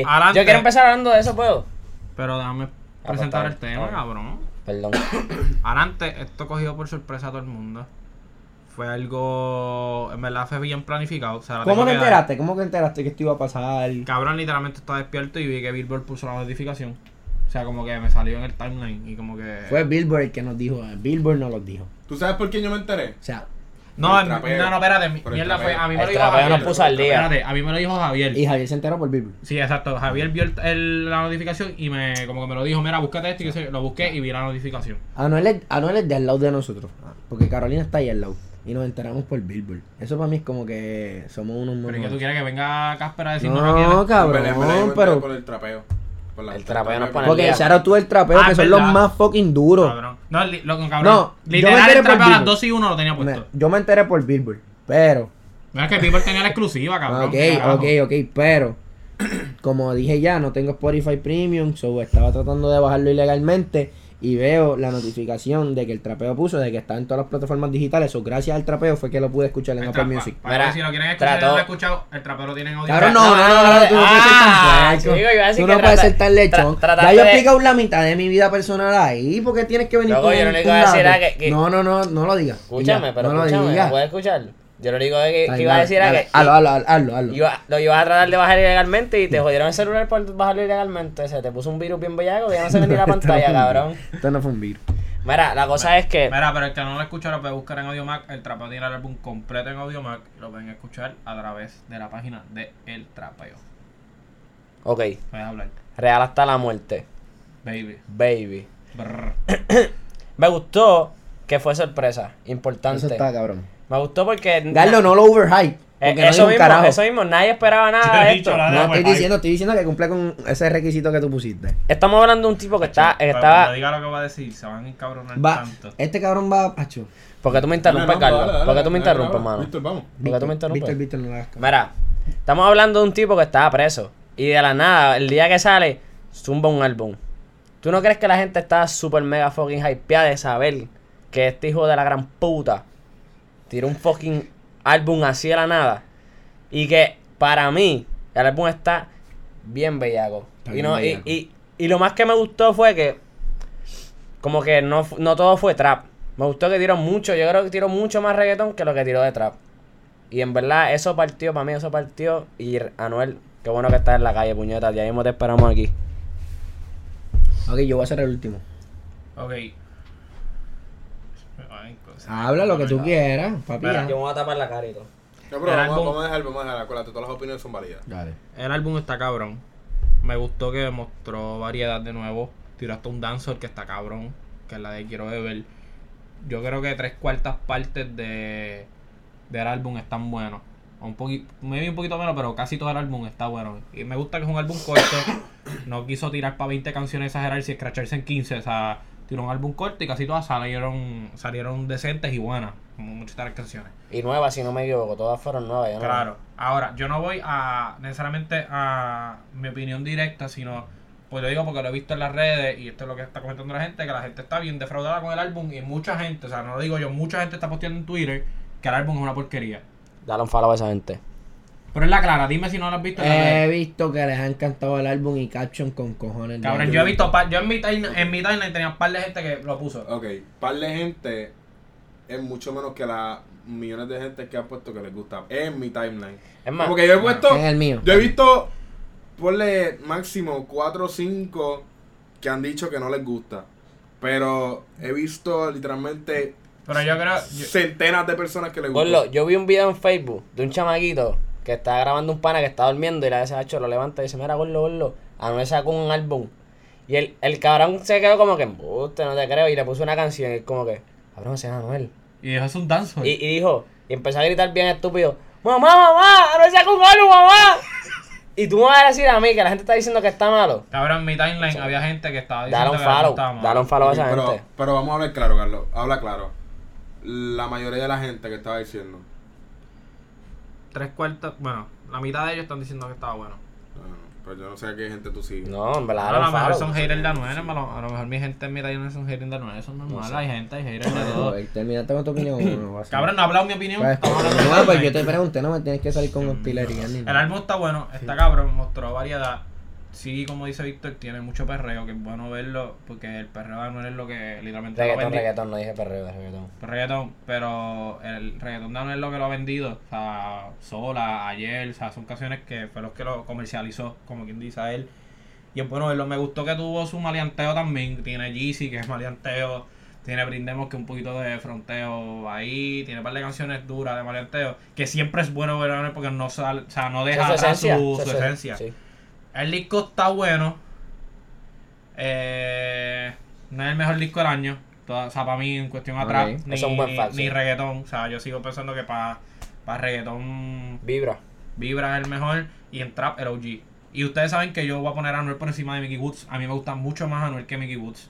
A: baby, adelante.
C: Yo quiero empezar hablando de eso, ¿puedo?
A: Pero déjame
C: Ah,
A: presentar
C: pues,
A: el
C: está bien,
A: tema,
C: está
A: cabrón.
C: Perdón.
A: Antes, esto cogido por sorpresa a todo el mundo. Fue algo. En verdad fue bien planificado. o sea, la
B: ¿Cómo
A: tengo
B: te
A: que dar.
B: enteraste? ¿Cómo te enteraste que esto iba a pasar?
A: Cabrón, literalmente estaba despierto y vi que Billboard puso la notificación. O sea, como que me salió en el timeline y como que.
B: Fue Billboard el que nos dijo, eh, Billboard no los dijo.
D: ¿Tú sabes por quién yo me enteré?
B: O sea,
A: No,
D: Por el
A: no,
D: trapero.
A: no, espérate, mi-
D: Por el
A: mierda fue.
D: trapero.
A: A mí me
C: El
A: lo dijo
C: trapero
A: Javier.
C: nos puso al día.
A: Espérate, a mí me lo dijo Javier.
B: y Javier se enteró por Billboard.
A: Sí, exacto. Javier vio el- el- la notificación y me como que me lo dijo, mira, búscate esto y qué sé yo. lo busqué y vi la notificación.
B: Anuel es, Anuel es de al lado de nosotros. Porque Carolina está ahí al lado. Y nos enteramos por Billboard. Eso para mí es como que somos unos
A: Pero ¿y que tú
B: monos.
A: quieres que venga Casper a decirnos aquí?
B: No,
D: En verdad, en verdad, yo
B: cabrón,
D: me enteré
B: pero.
D: Por el trapeo. Por la-
C: El trapeo nos pone-
B: Porque
C: Mira.
B: echaron tú el trapeo,
A: Ah,
B: que
A: es
B: son los
A: verdad.
B: más fucking duros.
A: Cabrón. No, li- lo, cabrón.
B: No, yo me
A: literal
B: enteré
A: el trapeo
B: por
A: a las
B: Billboard.
A: 2 y 1 lo tenía
B: Me-
A: puesto.
B: yo me enteré por Billboard. Pero.
A: Mira que Bieber tenía la exclusiva, cabrón.
B: Ok,
A: qué carajo.
B: ok, ok, pero como dije ya, no tengo Spotify Premium, so estaba tratando de bajarlo ilegalmente y veo la notificación de que el trapeo puso, de que está en todas las plataformas digitales, so gracias al trapeo fue que lo pude escuchar en
A: El
B: Apple
A: trapa-
B: Music.
A: para
C: Mira,
A: que si lo quieren escuchar, y no
C: trató-
A: lo han escuchado, el trapero tiene en audio.
B: Cabrón, no,
C: No,
B: no, no,
C: no,
B: no,
C: no,
B: tú no puedes ser
C: ah,
B: tan
C: chico, iba a
B: flaco.
C: decir
B: Tú
C: que
B: no puedes
C: trata-
B: ser tan lechón.
C: tra- trataste
B: Ya yo he
C: de-
B: explicado la mitad de mi vida personal ahí, porque tienes que venir
C: Loco,
B: con
C: yo lo
B: un-
C: único
B: con
C: que decir
B: datos?
C: era que- que-
B: No, no, no, no lo digas.
C: Escúchame,
B: Ya,
C: pero
B: no lo
C: escúchame,
B: digas.
C: ¿me puedes escuchar? Yo lo único que,
B: Está
C: que
B: bien,
C: iba a
B: dale,
C: decir era
B: dale,
C: que...
B: Hazlo, hazlo, hazlo, hazlo.
C: Iba- lo ibas a tratar de bajar ilegalmente y te jodieron el celular por bajarlo ilegalmente. Se te puso un virus bien bellaco que ya no se ve ni la pantalla, cabrón.
B: Esto no fue un virus.
C: Mira, la cosa es que.
A: Mira, pero el que no lo escucha lo puede buscar en Audiomac. El trapeo tiene el álbum completo en Audiomac. Lo pueden escuchar a través de la página de El Trapeo.
C: Ok,
A: Me deja hablar.
C: Real hasta la muerte.
A: Baby.
C: Baby.
A: Brr.
C: Me gustó que fue sorpresa. Importante.
B: Eso está, cabrón.
C: Me gustó porque.
B: Garlo, no lo overhype.
C: Eh,
B: Porque no
C: eso,
B: hay un
C: mismo,
B: carajo.
C: eso mismo, nadie
A: Yo
C: esperaba nada
A: he
C: de
A: dicho
C: esto.
A: la-
B: No, estoy
A: overhype.
B: diciendo, estoy diciendo que cumple con ese requisito que tú pusiste.
C: Estamos hablando de un tipo que, está, que
A: Pero cuando
C: estaba.
A: diga lo que va a decir, se van a encabronar
B: Va,
A: tanto.
B: este cabrón va, acho.
C: ¿Por qué tú me interrumpes, Carlos? ¿Por qué tú me interrumpes, mano?
D: Víctor, vamos.
C: ¿Por qué tú me
B: Víctor,
C: interrumpes?
B: Víctor, Víctor, no le hagas caso.
C: Mira, estamos hablando de un tipo que estaba preso. Y de la nada, el día que sale, zumba un álbum. ¿Tú no crees que la gente está súper mega fucking hypeada de saber que este hijo de la gran puta tiró un fucking álbum así de la nada? Y que para mí, el álbum está bien bellaco.
B: Está
C: y,
B: bien
C: no, y-
B: bellaco.
C: y- y lo más que me gustó fue que, como que no, fu- no todo fue trap. Me gustó que tiró mucho, yo creo que tiró mucho más reggaetón que lo que tiró de trap. Y en verdad, eso partió, para mí eso partió. Y Anuel, qué bueno que estás en la calle, puñeta. Ya mismo te esperamos aquí.
B: Ok, yo voy a ser el último.
A: Ok. Ay, cosa.
B: Habla lo que tú quieras, papi.
A: Mira,
B: ya.
C: me voy a tapar la cara y todo.
D: No, pero
A: El
D: vamos,
A: álbum-
D: vamos a dejar, vamos a dejar. Acuérdate, todas las opiniones son válidas.
B: Dale.
A: El álbum está cabrón. Me gustó que mostró variedad de nuevo. Tiró hasta un dancer que está cabrón, que es la de Quiero Beber. Yo creo que tres cuartas partes de del álbum están buenos. O Un poquito, maybe un poquito menos, pero casi todo el álbum está bueno. Y me gusta que es un álbum corto. No quiso tirar para 20 canciones exagerar si escracharse en 15. O sea, tiró un álbum corto y casi todas salieron salieron decentes y buenas. Como muchas de las canciones.
C: Y nueva, si no me equivoco. Todas fueron nuevas. yo no-
A: Claro. Ahora, yo no voy a necesariamente a mi opinión directa, sino, pues lo digo porque lo he visto en las redes y esto es lo que está comentando la gente, que la gente está bien defraudada con el álbum y mucha gente, o sea, no lo digo yo, mucha gente está posteando en Twitter que el álbum es una porquería.
C: Dale un follow a esa gente.
A: Pero es la clara, dime si no lo has visto en las
B: He
C: Eh,
A: redes.
B: visto que les ha encantado el álbum y caption con cojones. de
A: Cabrón,
B: álbum.
A: yo he visto, par- yo en mi timeline en mi timeline tenía un par de gente que lo puso.
C: Oh.
D: Ok, par de gente es mucho menos que las millones de gente que han puesto que les gusta. En mi timeline.
C: Es más,
D: Porque yo he puesto.
B: En el mío.
D: Yo he visto, ponle máximo 4 o 5 que han dicho que no les gusta. Pero he visto literalmente
A: Pero yo creo, yo-
D: centenas de personas que les
C: Gorlo,
D: gusta.
C: yo vi un video en Facebook de un chamaguito que está grabando un pana que está durmiendo y la vez hecho lo levanta y dice, mira, Gorlo, Gorlo, Anuel sacó un álbum. Y el, el cabrón se quedó como que, "Embuste, no te creo. Y le puso una canción y él como que, cabrón, ese es Anuel.
A: y eso es un danzo.
C: Y, y dijo, y empezó a gritar bien estúpido, mamá, mamá, Anuel sacó un álbum, mamá. y tú me vas a decir a mí que la gente está diciendo que está malo.
A: Cabrón, en mi timeline había gente que estaba
C: Dale
A: diciendo
C: un
A: que no
C: follow,
A: estaba mal.
C: dale un follow a esa
D: pero,
C: gente.
D: pero vamos a hablar claro, Carlos. Habla claro. La mayoría de la gente que estaba diciendo.
A: Tres cuartos, bueno, la mitad de ellos están diciendo que estaba bueno.
D: "Ah, Pero yo no sé a qué gente tú sigues.
C: No, en verdad,
A: Claro,
C: dale
A: a
C: un
A: lo mejor
C: follow.
A: son haters de Anuel, a lo, a lo mejor mi gente en mi taller no son haters de Anuel, eso es normal, hay gente, hay haters de todo.
B: Joder, Terminaste con tu opinión. o no, vas a-
A: Cabrón, no ha hablado mi opinión.
B: Pues,
A: estamos hablando de
B: no, pues
A: Anuel.
B: yo te pregunté, no me tienes que salir con hostilería ni
A: El
B: nada.
A: álbum está bueno, está cabrón, mostró variedad. Sí, como dice Víctor, tiene mucho perreo, que es bueno verlo, porque el perreo de Anuel es lo que literalmente lo
C: Reggaetón,
A: vendí.
C: reggaetón, no dije perreo, reggaetón.
A: reggaetón, pero el reggaetón de Anuel es lo que lo ha vendido, o sea, sola, ayer, o sea, son canciones que fue los que lo comercializó, como quien dice a él. Y es bueno, verlo. me gustó que tuvo su maleanteo también, tiene Jeezy, que es maleanteo, tiene Brindemos, que un poquito de fronteo ahí, tiene un par de canciones duras de maleanteo, que siempre es bueno ver a Anuel porque no sale, o sea, no deja
C: Esa es su
A: atrás
C: esencia,
A: su,
C: esa es
A: su
C: su-
A: esencia.
C: sí.
A: El disco está bueno. Eh, no es el mejor disco del año. Toda- o sea, para mí, en cuestión atrás,
B: Ok,
A: ni,
C: eso es un buen fact,
A: ni
C: sí.
A: reggaetón. O sea, yo sigo pensando que para reggaetón
C: Vibra.
A: Vibra es el mejor y en trap el OG. Y ustedes saben que yo voy a poner a Anuel por encima de Mickey Woods. A mí me gusta mucho más Anuel que Mickey Woods.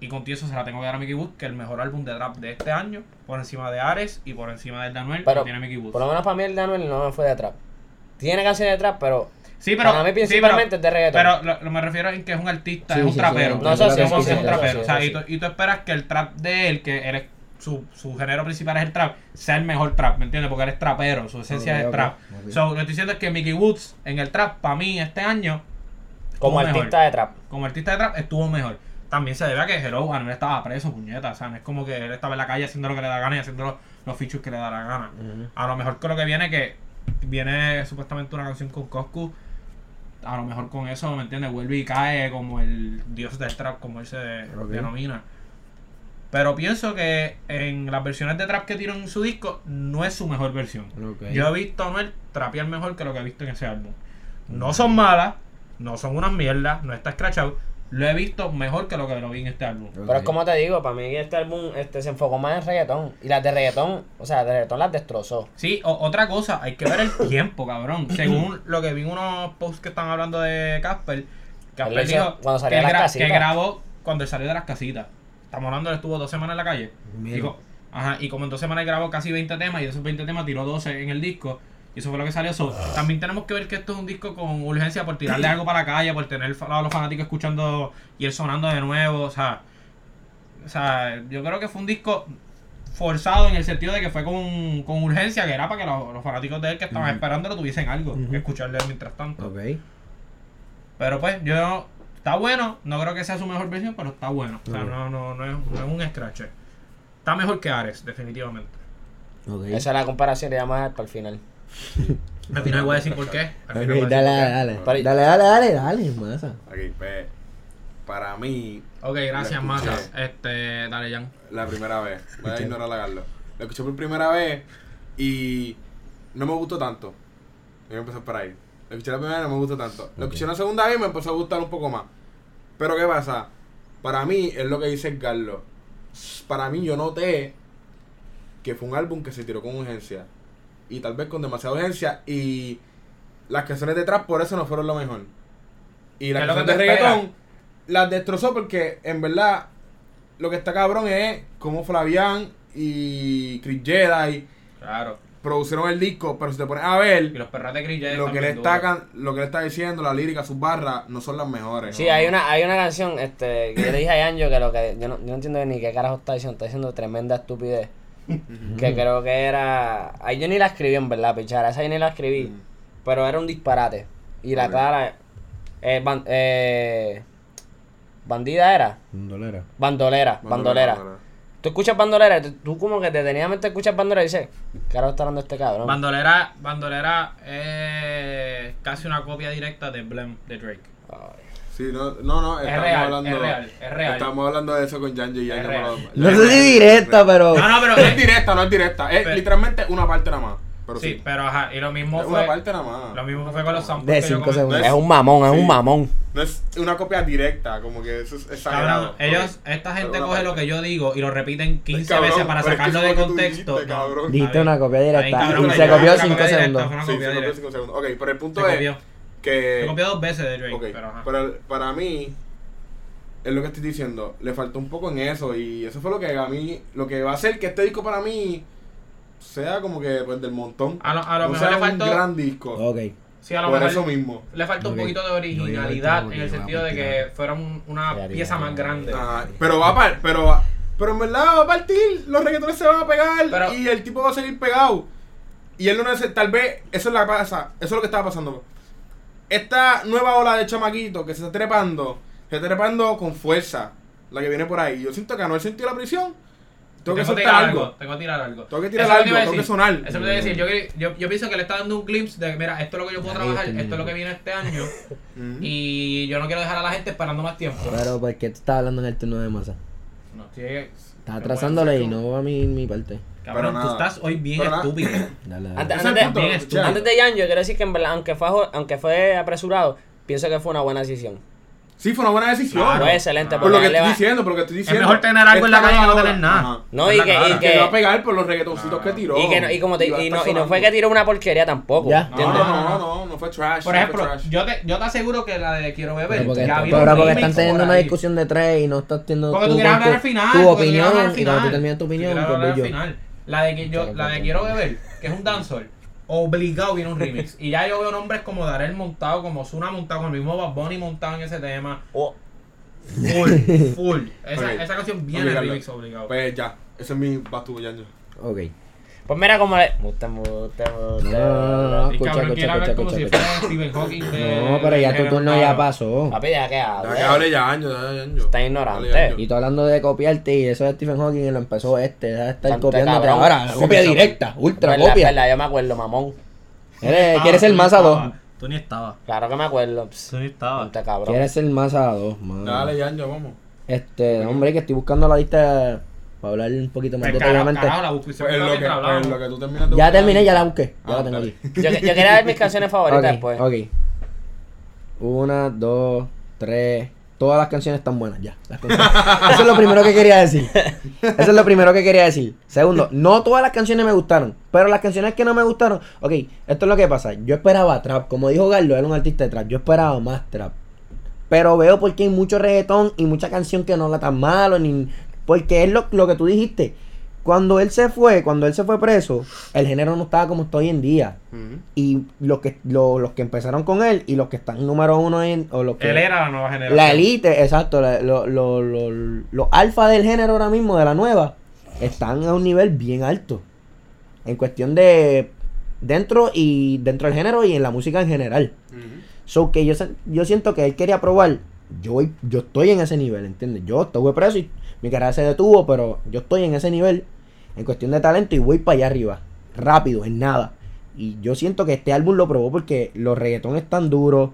A: Y con eso se la tengo que dar a Mickey Woods, que es el mejor álbum de trap de este año, por encima de Ares y por encima del de Anuel,
C: Pero,
A: que tiene Mickey Woods.
C: Por lo menos para mí el de Anuel no me fue de trap. Tiene canciones de trap, pero
A: Sí, pero.
C: Para mí
A: sí, pero-
C: principalmente es de reggaetón.
A: Pero lo, lo me refiero en que es un artista,
B: Sí,
A: es un
B: sí, sí,
A: trapero.
B: sí,
C: No, eso sí,
A: es un-
C: eso sí,
A: es un
C: eso sí,
A: trapero. O sea,
C: eso
A: y tú, y tú esperas que el trap de él, que él es- su, su género principal es el trap, sea el mejor trap, ¿me entiendes? Porque él es trapero, su esencia
B: Ok,
A: es
B: ok,
A: trap.
B: ok.
A: So, lo que estoy diciendo es que Mickey Woods en el trap, para mí, este año,
C: como
A: Tú mejor.
C: artista de trap.
A: como artista de trap, estuvo mejor. También se debe a que Hello Anuel estaba preso, puñeta. O sea, no es como que él estaba en la calle haciendo lo que le da gana y haciendo los, los features que le da la gana. A lo mejor con lo que viene, que viene supuestamente una canción con Coscu. A lo mejor con eso, ¿me entiendes? Vuelve y cae como el dios del trap, como él se
B: Ok.
A: denomina. Pero pienso que en las versiones de trap que tiró en su disco no es su mejor versión.
B: Ok.
A: Yo he visto a Anuel trapear mejor que lo que he visto en ese álbum. No son malas, no son unas mierdas, no está scratchado. Lo he visto mejor que lo que lo vi en este álbum.
C: Pero es como te digo, para mí este álbum este, se enfocó más en reggaetón. Y las de reggaetón, o sea, las de reggaetón las destrozó.
A: Sí, o- otra cosa, hay que ver el tiempo, cabrón. Según lo que vi en unos posts que están hablando de Casper,
C: Él
A: Casper
C: lo hizo
A: dijo
C: cuando
A: que,
C: salió de las
A: gra-
C: casitas.
A: que grabó cuando él salió de las casitas. Estamos hablando, él estuvo dos semanas en la calle.
B: Mira.
A: Dijo, ajá, y como en dos semanas él grabó casi 20 temas y de esos 20 temas tiró 12 en el disco. Y eso fue lo que salió. So,
C: Ah.
A: también tenemos que ver que esto es un disco con urgencia por tirarle algo para la calle, por tener a los fanáticos escuchando y él sonando de nuevo. O sea, o sea, yo creo que fue un disco forzado en el sentido de que fue con, con urgencia, que era para que los, los fanáticos de él que estaban esperándolo tuviesen algo
B: Ujú.
A: que escucharle mientras tanto.
B: Ok.
A: Pero pues, yo. Está bueno, no creo que sea su mejor versión, pero está bueno. O sea,
B: Ok.
A: no, no, no, es, no es un scratch. Está mejor que Ares, definitivamente.
B: Ok.
C: Esa es la comparación, le llama para el final.
A: Al final voy a decir por qué. Al
B: Ok,
A: final voy a decir por qué.
B: dale, dale, dale.
C: Para-
B: Dale, dale, dale, dale, masa.
D: Aquí, pues, para mí,
A: Ok, gracias,
D: La escuché.
A: Mata. Este, dale, Jan.
D: la primera vez. Voy a ignorar a Garlo. Lo escuché por primera vez y no me gustó tanto. Voy a empezar por ahí. Lo escuché la primera vez no me gustó tanto. Lo escuché la segunda vez y me empezó a gustar un poco más. Pero ¿qué pasa? Para mí es lo que dice Garlo. Para mí yo noté que fue un álbum que se tiró con urgencia. Y tal vez con demasiada urgencia. Y las canciones de trap por eso no fueron lo mejor. Y las
A: Es lo que
D: canciones de
A: te espera.
D: reggaetón las destrozó porque en verdad lo que está cabrón es cómo Flavian y Chris Jedi
A: Claro.
D: produjeron el disco, pero si te pones a
A: Y
D: ver,
A: los perros de Chris Jay
D: lo
A: están
D: que, le
A: bien
D: está,
A: duros.
D: can- lo que le está diciendo, la lírica, sus barras, no son las mejores.
C: Sí, hay una, hay una canción este, que yo le dije a Anjo que lo que yo no, yo no entiendo ni qué carajo está diciendo, está diciendo tremenda estupidez. que creo que era. Ahí yo ni la escribí en verdad, pichara. Esa yo ni la escribí.
D: Ujú.
C: Pero era un disparate. Y la
D: Ok.
C: clara. eh, ban- eh, bandida era.
B: Un dólar.
C: Bandolera, bandolera. Tú escuchas bandolera, tú, tú como que detenidamente escuchas bandolera y dices, ¿qué carajo está hablando este cabrón?
A: Bandolera, Bandolera es casi una copia directa de Blem de Drake.
D: Sí, no, no, no, estamos
A: real,
D: hablando.
A: es real, es real.
D: Estamos hablando de eso con Janjo y
A: Es
D: Janjo.
A: real.
D: me lo-
B: No sé si directa, pero.
A: No, no, pero
D: No es directa, no es directa. Es
A: Pero-
D: literalmente una parte nada más. Pero sí.
A: Sí, pero ajá, y lo mismo
D: Es una
A: fue.
D: parte nada más.
A: Lo mismo fue con los samples.
B: De
A: que yo
B: 5
A: comenté.
B: segundos.
C: es un mamón, es
D: Sí.
C: un mamón.
D: No es una copia directa, como que eso es exagerado.
A: Cabrón, ellos, esta gente coge lo que yo digo y lo repiten 15
D: Cabrón,
A: veces para
D: pero es que eso
A: sacarlo
D: es
A: de
D: lo que tú
A: contexto.
D: dijiste,
A: No.
D: cabrón.
A: Está
B: Dijiste
A: bien.
B: una copia
A: Está bien,
B: directa.
A: cabrón,
B: Y
A: pero
B: se
A: yo-
B: copió
A: una
B: 5
A: copia directa,
B: segundos.
A: fue una
D: Sí,
A: copia
D: se copió
A: directa.
D: cinco segundos. Ok, pero el punto
A: Se
D: es
A: copió.
D: que.
A: Se copió dos veces de Drake,
D: Ok,
A: pero ajá.
D: pero para mí es lo que estoy diciendo, le faltó un poco en eso y eso fue lo que a mí, lo que va a hacer que este disco para mí sea como que pues del montón.
A: A lo- a lo
D: no
A: mejor
D: sea
A: le faltó-
D: un gran disco.
B: Ok.
A: Sí, a lo
D: Por eso
A: mejor
D: mismo.
A: le falta un
B: Ok.
A: poquito de
B: Yo digo
A: originalidad en
B: esto
A: el
B: porque
A: sentido
B: va a
A: de que
B: tirar.
A: fuera un- una
C: Tirar,
A: pieza
C: tirar,
A: más
C: tirar.
A: grande.
D: Ajá, Ah, pero va a par- pero va- pero en verdad va a partir, los reggaetones se van a pegar
A: Pero-
D: y el tipo va a seguir pegado. Y él no necesita, tal vez, eso es la pasa, eso es lo que estaba pasando. Esta nueva ola de chamaquito que se está trepando, se está trepando con fuerza, la que viene por ahí. Yo siento que no he sentido la prisión. Tengo que soltar algo.
A: Tengo que tirar algo.
D: Tengo que tirar
A: Eso es lo
D: algo,
A: iba a
D: tengo que
A: decir.
D: sonar.
A: Eso es lo que iba a decir. Yo, que- yo, yo pienso que le está dando un glimpse de que, mira, esto es lo que yo puedo
B: Ahí
A: trabajar,
B: está el
A: esto es lo que
B: niño.
A: viene este año.
D: Ujú.
A: y yo no quiero dejar a la gente esperando más tiempo.
B: Pero ¿por qué tú estás hablando en el turno de masa?
A: No, estoy-
B: Estás atrasándole y no va a mi, mi parte.
A: Cabrón,
D: Pero
A: tú
D: nada.
A: estás hoy bien
D: Pero nada.
A: estúpido.
B: Dale, dale.
D: Ese
C: Antes,
D: es el
C: antes
D: punto,
C: de,
A: bien
D: Chai.
C: antes de Jan, yo quiero decir que en verdad, aunque fue, jo- aunque fue apresurado, pienso que fue una buena decisión.
D: Sí, fue una buena decisión.
A: Claro.
C: Fue excelente.
D: Por
A: Por
C: porque
D: Ah, lo que
C: él le
D: estoy
C: va-
D: diciendo, por lo que estoy diciendo.
A: mejor tener algo en la
D: Esta
A: calle que no
D: nueva
A: tener
D: ola-
A: nada.
D: Ajá.
C: No,
A: Es
C: y
A: la
C: que, y
A: clara.
D: Que
C: que-
D: va a pegar por los reggaetoncitos que tiró.
C: y que no- y como te-
D: va a
C: y no,
D: estar
C: y no fue
D: sonando. Ah.
C: que tiró una porquería tampoco.
B: Ya.
D: No,
C: ¿entiendes?
D: no, no, no, no fue trash.
A: Por
D: no fue
A: ejemplo,
D: trash.
A: yo te, yo te aseguro que la de Quiero Beber.
B: Pero porque,
A: ya ha habido
B: pero
A: un
B: porque
A: remix
B: están
A: por
B: teniendo una
A: ahí.
B: discusión de tres y no estás teniendo
A: Porque tú
B: tu,
A: quieres
B: con
A: hablar al
B: tu-
A: final.
B: tu
A: porque tú quieres
B: opinión.
A: hablar al
B: y cuando tú
A: final.
B: terminas tu opinión,
A: quieres
B: pues
A: hablar
B: voy yo.
A: al final. La de, que yo, la de Quiero Beber, que es un dancehall, obligado viene un remix. Y ya yo veo nombres como Darel montado, como Zuna montado, con el mismo Bad Bunny montado en ese tema.
C: O-
A: Full, full. Esa,
D: Oh. Ok.
A: esa canción viene
D: Obligado.
A: el remix obligado.
D: Pues ya, ese es mi bastubo, Yanjo.
B: Ok.
A: Eh,
C: Pues mira como le. Mute, mute, mute.
D: Ah.
B: No,
A: Y
B: Ah, escucha,
A: cabrón
B: escucha,
A: quiere hablar
B: escucha,
A: como si
B: escucha,
A: fuera Stephen Hawking. de-
B: No, pero ya tu
A: del
B: turno
A: género
B: ya
A: urbano.
B: pasó.
C: Papi, ya que
D: Ya
C: hable.
D: que hable Yanjo, ya Yanjo.
C: Está ignorante.
D: Dale, Yanjo.
B: Y tú hablando de copiarte y eso de Stephen Hawking y lo empezó este, ya estar
C: Tanto
B: copiándote
C: cabrón.
B: ahora, la
C: Sí,
B: copia
C: sí,
B: directa, ultra
C: Verdad,
B: copia.
C: verdad, yo me acuerdo, mamón.
B: Eres- quieres ser
A: Ah, Tú ni
B: masa 2.
A: estabas, Tú ni estabas.
C: Claro que me acuerdo. Pss,
A: Tú ni estabas.
C: Mute, cabrón.
B: Quieres ser masa 2, mano.
D: Dale, Yanjo, vamos.
B: Este, hombre, que estoy buscando la lista Para hablar un poquito más
A: Pues,
B: de
A: carajo,
B: obviamente.
A: carajo, la busco y se
D: Pues en
A: me
D: lo, que,
A: la mientras
D: pues en
A: hablamos.
D: lo que tú terminas de
B: Ya
D: buscar-
B: terminé, ya la busqué. Ya
D: Ah,
B: la tengo
D: dale.
B: aquí.
C: Yo, yo quería ver mis canciones favoritas pues.
B: Ok,
C: después.
B: ok. Una, dos, tres. Todas las canciones están buenas, ya. las canciones. Eso es lo primero que quería decir. Eso es lo primero que quería decir. Segundo, no todas las canciones me gustaron. Pero las canciones que no me gustaron. Ok, esto es lo que pasa. Yo esperaba trap. Como dijo Garlo, era un artista de trap. Yo esperaba más trap. Pero veo porque hay mucho reggaetón y mucha canción que no habla tan malo. Ni, porque es lo, lo que tú dijiste. Cuando él se fue, cuando él se fue preso, el género no estaba como está hoy en día
C: Ujú.
B: y los que lo- los que empezaron con él y los que están número uno en o los que
A: Él era la nueva generación.
B: la elite exacto la- lo- lo- lo- los alfa del género ahora mismo de la nueva están a un nivel bien alto en cuestión de dentro y dentro del género y en la música en general so que yo sen- yo siento que él quería probar yo voy- yo estoy en ese nivel ¿entiendes? yo estuve preso y mi carrera se detuvo pero yo estoy en ese nivel en cuestión de talento y voy para allá arriba rápido en nada y yo siento que este álbum lo probó porque los reggaetón están duros.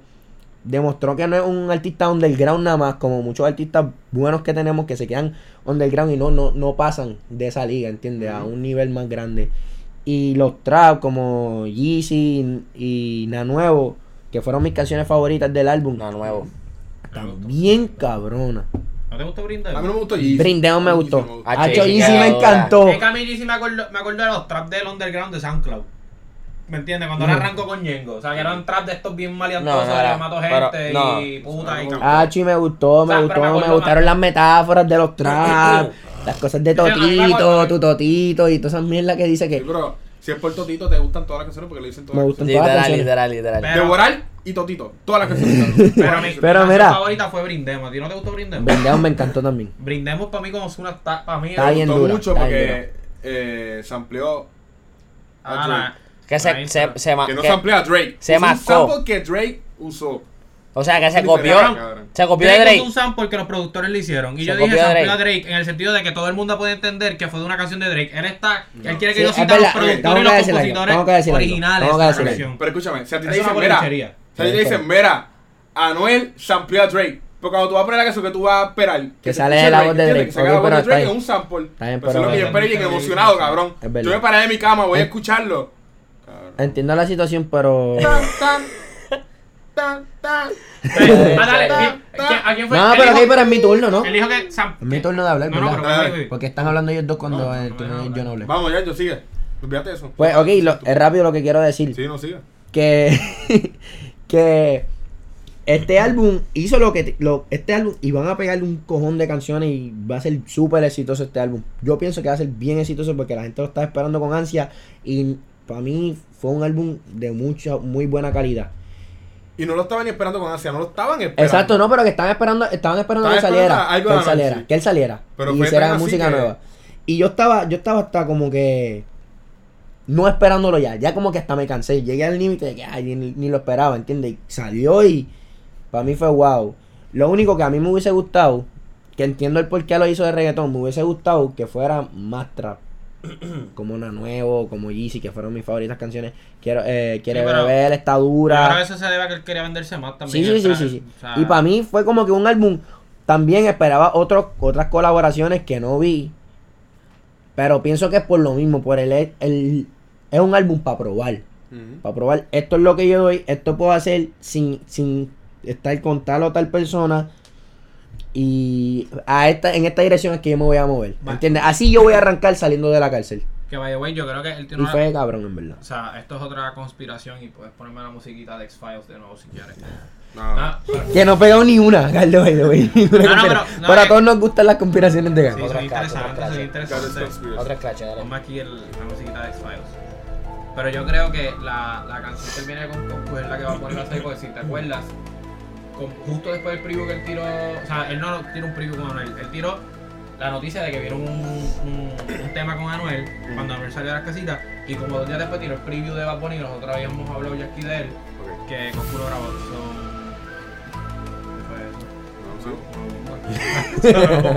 B: Demostró que no es un artista underground nada más, como muchos artistas buenos que tenemos que se quedan underground y no, no, no pasan de esa liga, ¿entiendes? A un nivel más grande. Y los trap como Yeezy y Na Nuevo, que fueron mis canciones favoritas del álbum,
C: Una nuevo.
B: están bien cabronas.
A: ¿No te gusta brindar?
D: A mí no me gustó Yeezy.
B: Brindeo me
D: Yeezy
B: gustó.
C: Ah,
B: Hacho,
C: Yeezy
B: Yeezy me
C: queda dura.
B: encantó.
A: Es que a mí sí me acuerdo, me acuerdo de los traps del underground de SoundCloud. ¿Me entiendes? Cuando
B: Mm.
A: ahora arranco con Ñengo. O sea, que eran traps de estos bien maleantosos,
C: No, no,
A: de
C: era-
A: mato
C: pero-
A: gente
C: no.
A: y puta y
D: No,
A: cabrón.
B: Ah, sí, me gustó, me
A: O sea,
B: gustó,
A: pero me
B: me,
A: acuerdo
B: gustaron las metáforas de los trap, las cosas de
A: Sí, a mí me acuerdo.
B: Totito, tu Totito y todas esas mierdas que dice
D: Sí,
B: que
D: pero si es por Totito, te gustan todas las canciones porque le dicen todas
B: me
D: las
B: gustan todas las
C: Literal,
B: canciones.
C: literal, literal.
A: Pero-
D: Devorar y Totito. Todas las canciones.
A: Pero mi
B: Pero
A: canción
B: mira.
A: favorita fue Brindemos. ¿A ti no te gustó Brindemos?
B: Vendeón me encantó también.
A: Brindemos para mí como Ozuna está para mí.
B: Está
A: es-
B: bien
D: gustó
B: dura,
D: mucho
B: está
D: porque
B: bien
D: eh, se amplió.
A: Ah, la-
C: Que se,
A: Ahí
C: se,
A: está.
C: se ma-
D: Que no
C: que-
D: se amplía a Drake.
C: se
D: Es un
C: mascó.
D: sample que Drake usó.
C: O sea, que se
D: Diferente,
C: copió.
D: cabrón.
C: Se copió de
A: Drake usó
C: Drake.
A: un sample que los productores le hicieron. Y
C: Se
A: yo
C: copió
A: dije
C: de
A: sample
C: Drake.
A: a Drake en el sentido de que todo el mundo puede entender que fue de una canción de Drake. Él está. Él quiere que
B: Sí,
A: yo
B: es
A: cite a los
B: verdad.
A: productores
B: Tengo
A: y
B: que
A: los
B: decir algo, tengo que
A: compositores
B: decir algo,
A: originales
B: tengo que
A: de la
B: decir algo.
A: canción.
D: Pero escúchame, si a ti te
A: Eso es
D: dicen,
A: una
D: mira, si
A: bolichería.
D: a ti te dicen, mira, Anuel samplió a Drake. Porque cuando tú vas a poner la canción que tú vas a esperar, que, te
B: sale
D: escuche
B: la voz de
D: ¿entiendes?
B: Drake.
D: Que salga
B: Ok,
D: la voz
B: pero
D: de
B: está
D: Drake en
B: bien.
D: un sample.
B: Está
D: Pues
B: bien, pero-
D: eso es lo que yo esperé bien emocionado, cabrón.
B: Es verdad.
D: Yo me paré de mi cama, voy a escucharlo.
B: Entiendo la situación, pero.
D: Tan, tan, tan, tan.
A: Eh, ah, dale, ¿quién- quién- ¿A quién fue?
B: No,
A: Él
B: pero
A: dijo-
B: aquí pero es mi turno, ¿no?
A: Él dijo que. sam-
B: Es mi turno de hablar,
A: No, no,
B: ¿verdad?
A: pero-
D: Dale.
B: Porque están hablando ellos dos cuando
A: No,
B: eh,
A: no,
B: tú
A: no, no,
B: no- yo no
A: no.
B: hablé.
D: Vamos, ya, yo sigue. Olvídate de eso.
B: Pues, ok, lo- es rápido lo que quiero decir.
D: Sí, no sigue.
B: que que este álbum hizo lo que lo, este álbum y van a pegarle un cojón de canciones y va a ser súper exitoso este álbum. Yo pienso que va a ser bien exitoso porque la gente lo está esperando con ansia y para mí fue un álbum de mucha muy buena calidad.
D: Y no lo estaban ni esperando con ansia, no lo estaban esperando.
B: Exacto, no, pero que estaban esperando, estaban esperando que
D: Estaban
B: saliera,
D: esperando algo
B: que él
D: de Anuel,
B: saliera,
D: sí.
B: que él saliera
D: Pero
B: y
D: fue tan
B: hiciera
D: así
B: música
D: que-
B: nueva. Y yo estaba, yo estaba hasta como que no esperándolo ya, ya como que hasta me cansé, llegué al límite de que ay, ni, ni lo esperaba, ¿entiendes? Y salió y para mí fue wow. Lo único que a mí me hubiese gustado, que entiendo el por qué lo hizo de reggaetón, me hubiese gustado que fuera más trap. Como una nuevo, como Yeezy, que fueron mis favoritas canciones. Quiero, eh, quiere
A: pero-
B: beber, está
A: Pero
B: dura.
A: ahora eso se debe a que él quería venderse más también.
B: Sí, sí, sí,
A: el
B: sí,
A: trap,
B: sí.
A: o sea,
B: Y para mí fue como que un álbum. También esperaba otros otras colaboraciones que no vi. Pero pienso que es por lo mismo, por el, el- es un álbum para probar.
D: Ujú.
B: Para probar, esto es lo que yo doy, esto puedo hacer sin, sin estar con tal o tal persona. Y a esta, en esta dirección es que yo me voy a mover.
A: Va.
B: ¿Entiendes? Así yo voy a arrancar saliendo de la cárcel.
A: Que by the way, yo creo que él tiene
B: Y
A: una.
B: fue cabrón, en verdad.
A: O sea, esto es otra conspiración y puedes ponerme la musiquita de X-Files de nuevo si quieres.
D: No.
A: Ah, pero-
B: Que no he pegado ni una, Carlos, by the way, ni una
A: No, no,
B: conspiración.
A: pero- no,
B: Pero a
A: eh.
B: todos nos gustan las conspiraciones de Carlos.
A: sí,
C: Otra
A: son
C: clase, otra
A: interesantes, son
C: clase.
A: interesantes.
C: Otra clache, dale.
A: Ponme aquí el- la musiquita de X-Files. Pero yo creo que la, la canción termina con, con pues, la que va a poner la serie, porque si te acuerdas, con- justo después del preview que él tiró, o sea, él no tiró un preview con Anuel, él tiró la noticia de que vieron un, un- un tema con Anuel cuando Anuel salió a las casitas y como dos días después tiró el preview de Bad Bunny, nosotros habíamos hablado ya aquí de él,
D: Ok.
A: que con puro grabó. So, fue eso.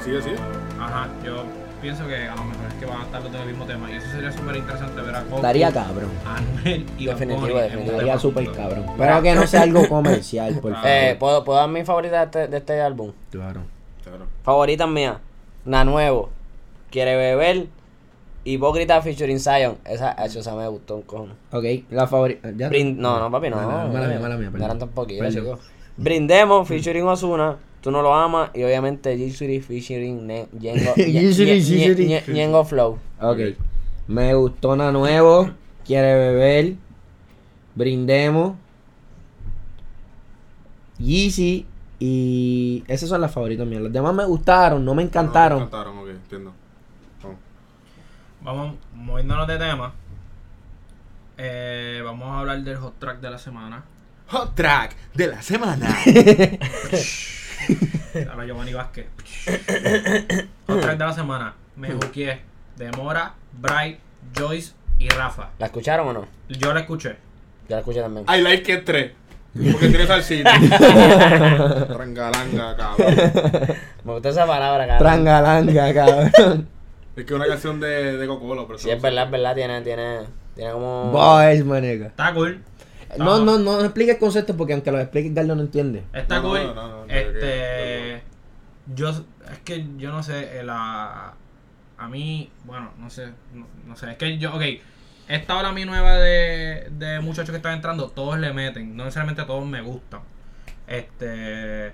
D: Sigue, sigue, sigue.
A: Ajá, yo pienso que a lo mejor es que van a estar los dos del mismo tema. Y eso sería súper interesante ver a Coco,
B: Estaría cabrón.
A: Anuel y Bad
C: Definitivo,
A: Bunny en un
C: definitivo.
A: tema
B: Estaría súper
A: juntos.
B: cabrón. Eh, Pero que no sea algo comercial, por favor.
C: Eh, ¿puedo, ¿Puedo dar mi favorita de este, de este álbum?
B: claro.
D: claro.
C: Favoritas mías. Na Nuevo. Quiere beber. Hipócrita featuring Zion. Esa, hecho, esa me gustó un cojón.
B: Ok, la favorita. ¿Ya?
C: Brin- no, no, papi, no.
B: Mala, mala mía, mala mía,
C: No
B: perdón.
C: eran tan poquitas,
B: Perdón.
C: chicos. Brindemos featuring Osuna. Tú no lo amas. Y obviamente G-City featuring Ne- Ñengo- Ñe-
B: G-City,
C: Ñe-
B: G-City.
C: Ñe- Ñengo Flow.
B: Ok. Me gustó una nuevo. Quiere beber. Brindemos. Yeezy. Y esas son las favoritas mías. Las demás me gustaron, no me
D: No,
B: encantaron.
D: cantaron, ok, entiendo. Vamos.
A: Vamos moviéndonos de tema. Eh, vamos a hablar del hot track de la semana.
D: Hot track de la semana.
A: Ahora Giovanni Vázquez. hot track de la semana. Me
C: Mm.
A: juqueé de Mora, Bright, Joyce y Rafa.
C: ¿La escucharon o no?
A: Yo la escuché.
C: Yo la escuché también.
D: I like it 3. Porque tiene salsita. Trangalanga, cabrón.
C: Me gustó esa palabra, cabrón.
B: Trangalanga, cabrón.
D: Es que es una canción de, de Cocolo, pero.
C: Sí, es verdad, es verdad. Tiene, tiene, tiene como...
B: Boys, manega.
A: Está cool.
B: No, no, no, no expliques el concepto porque aunque lo expliques, Carlos no entiende.
A: Está
D: No, no,
A: cool.
D: no, no, no,
A: este. Yo. Es que yo no sé. eh, La. A mí. Bueno, no sé. No, no sé. Es que yo. Ok. Esta ola mi nueva de, de muchachos que están entrando, todos le meten. No necesariamente todos me gustan. Este.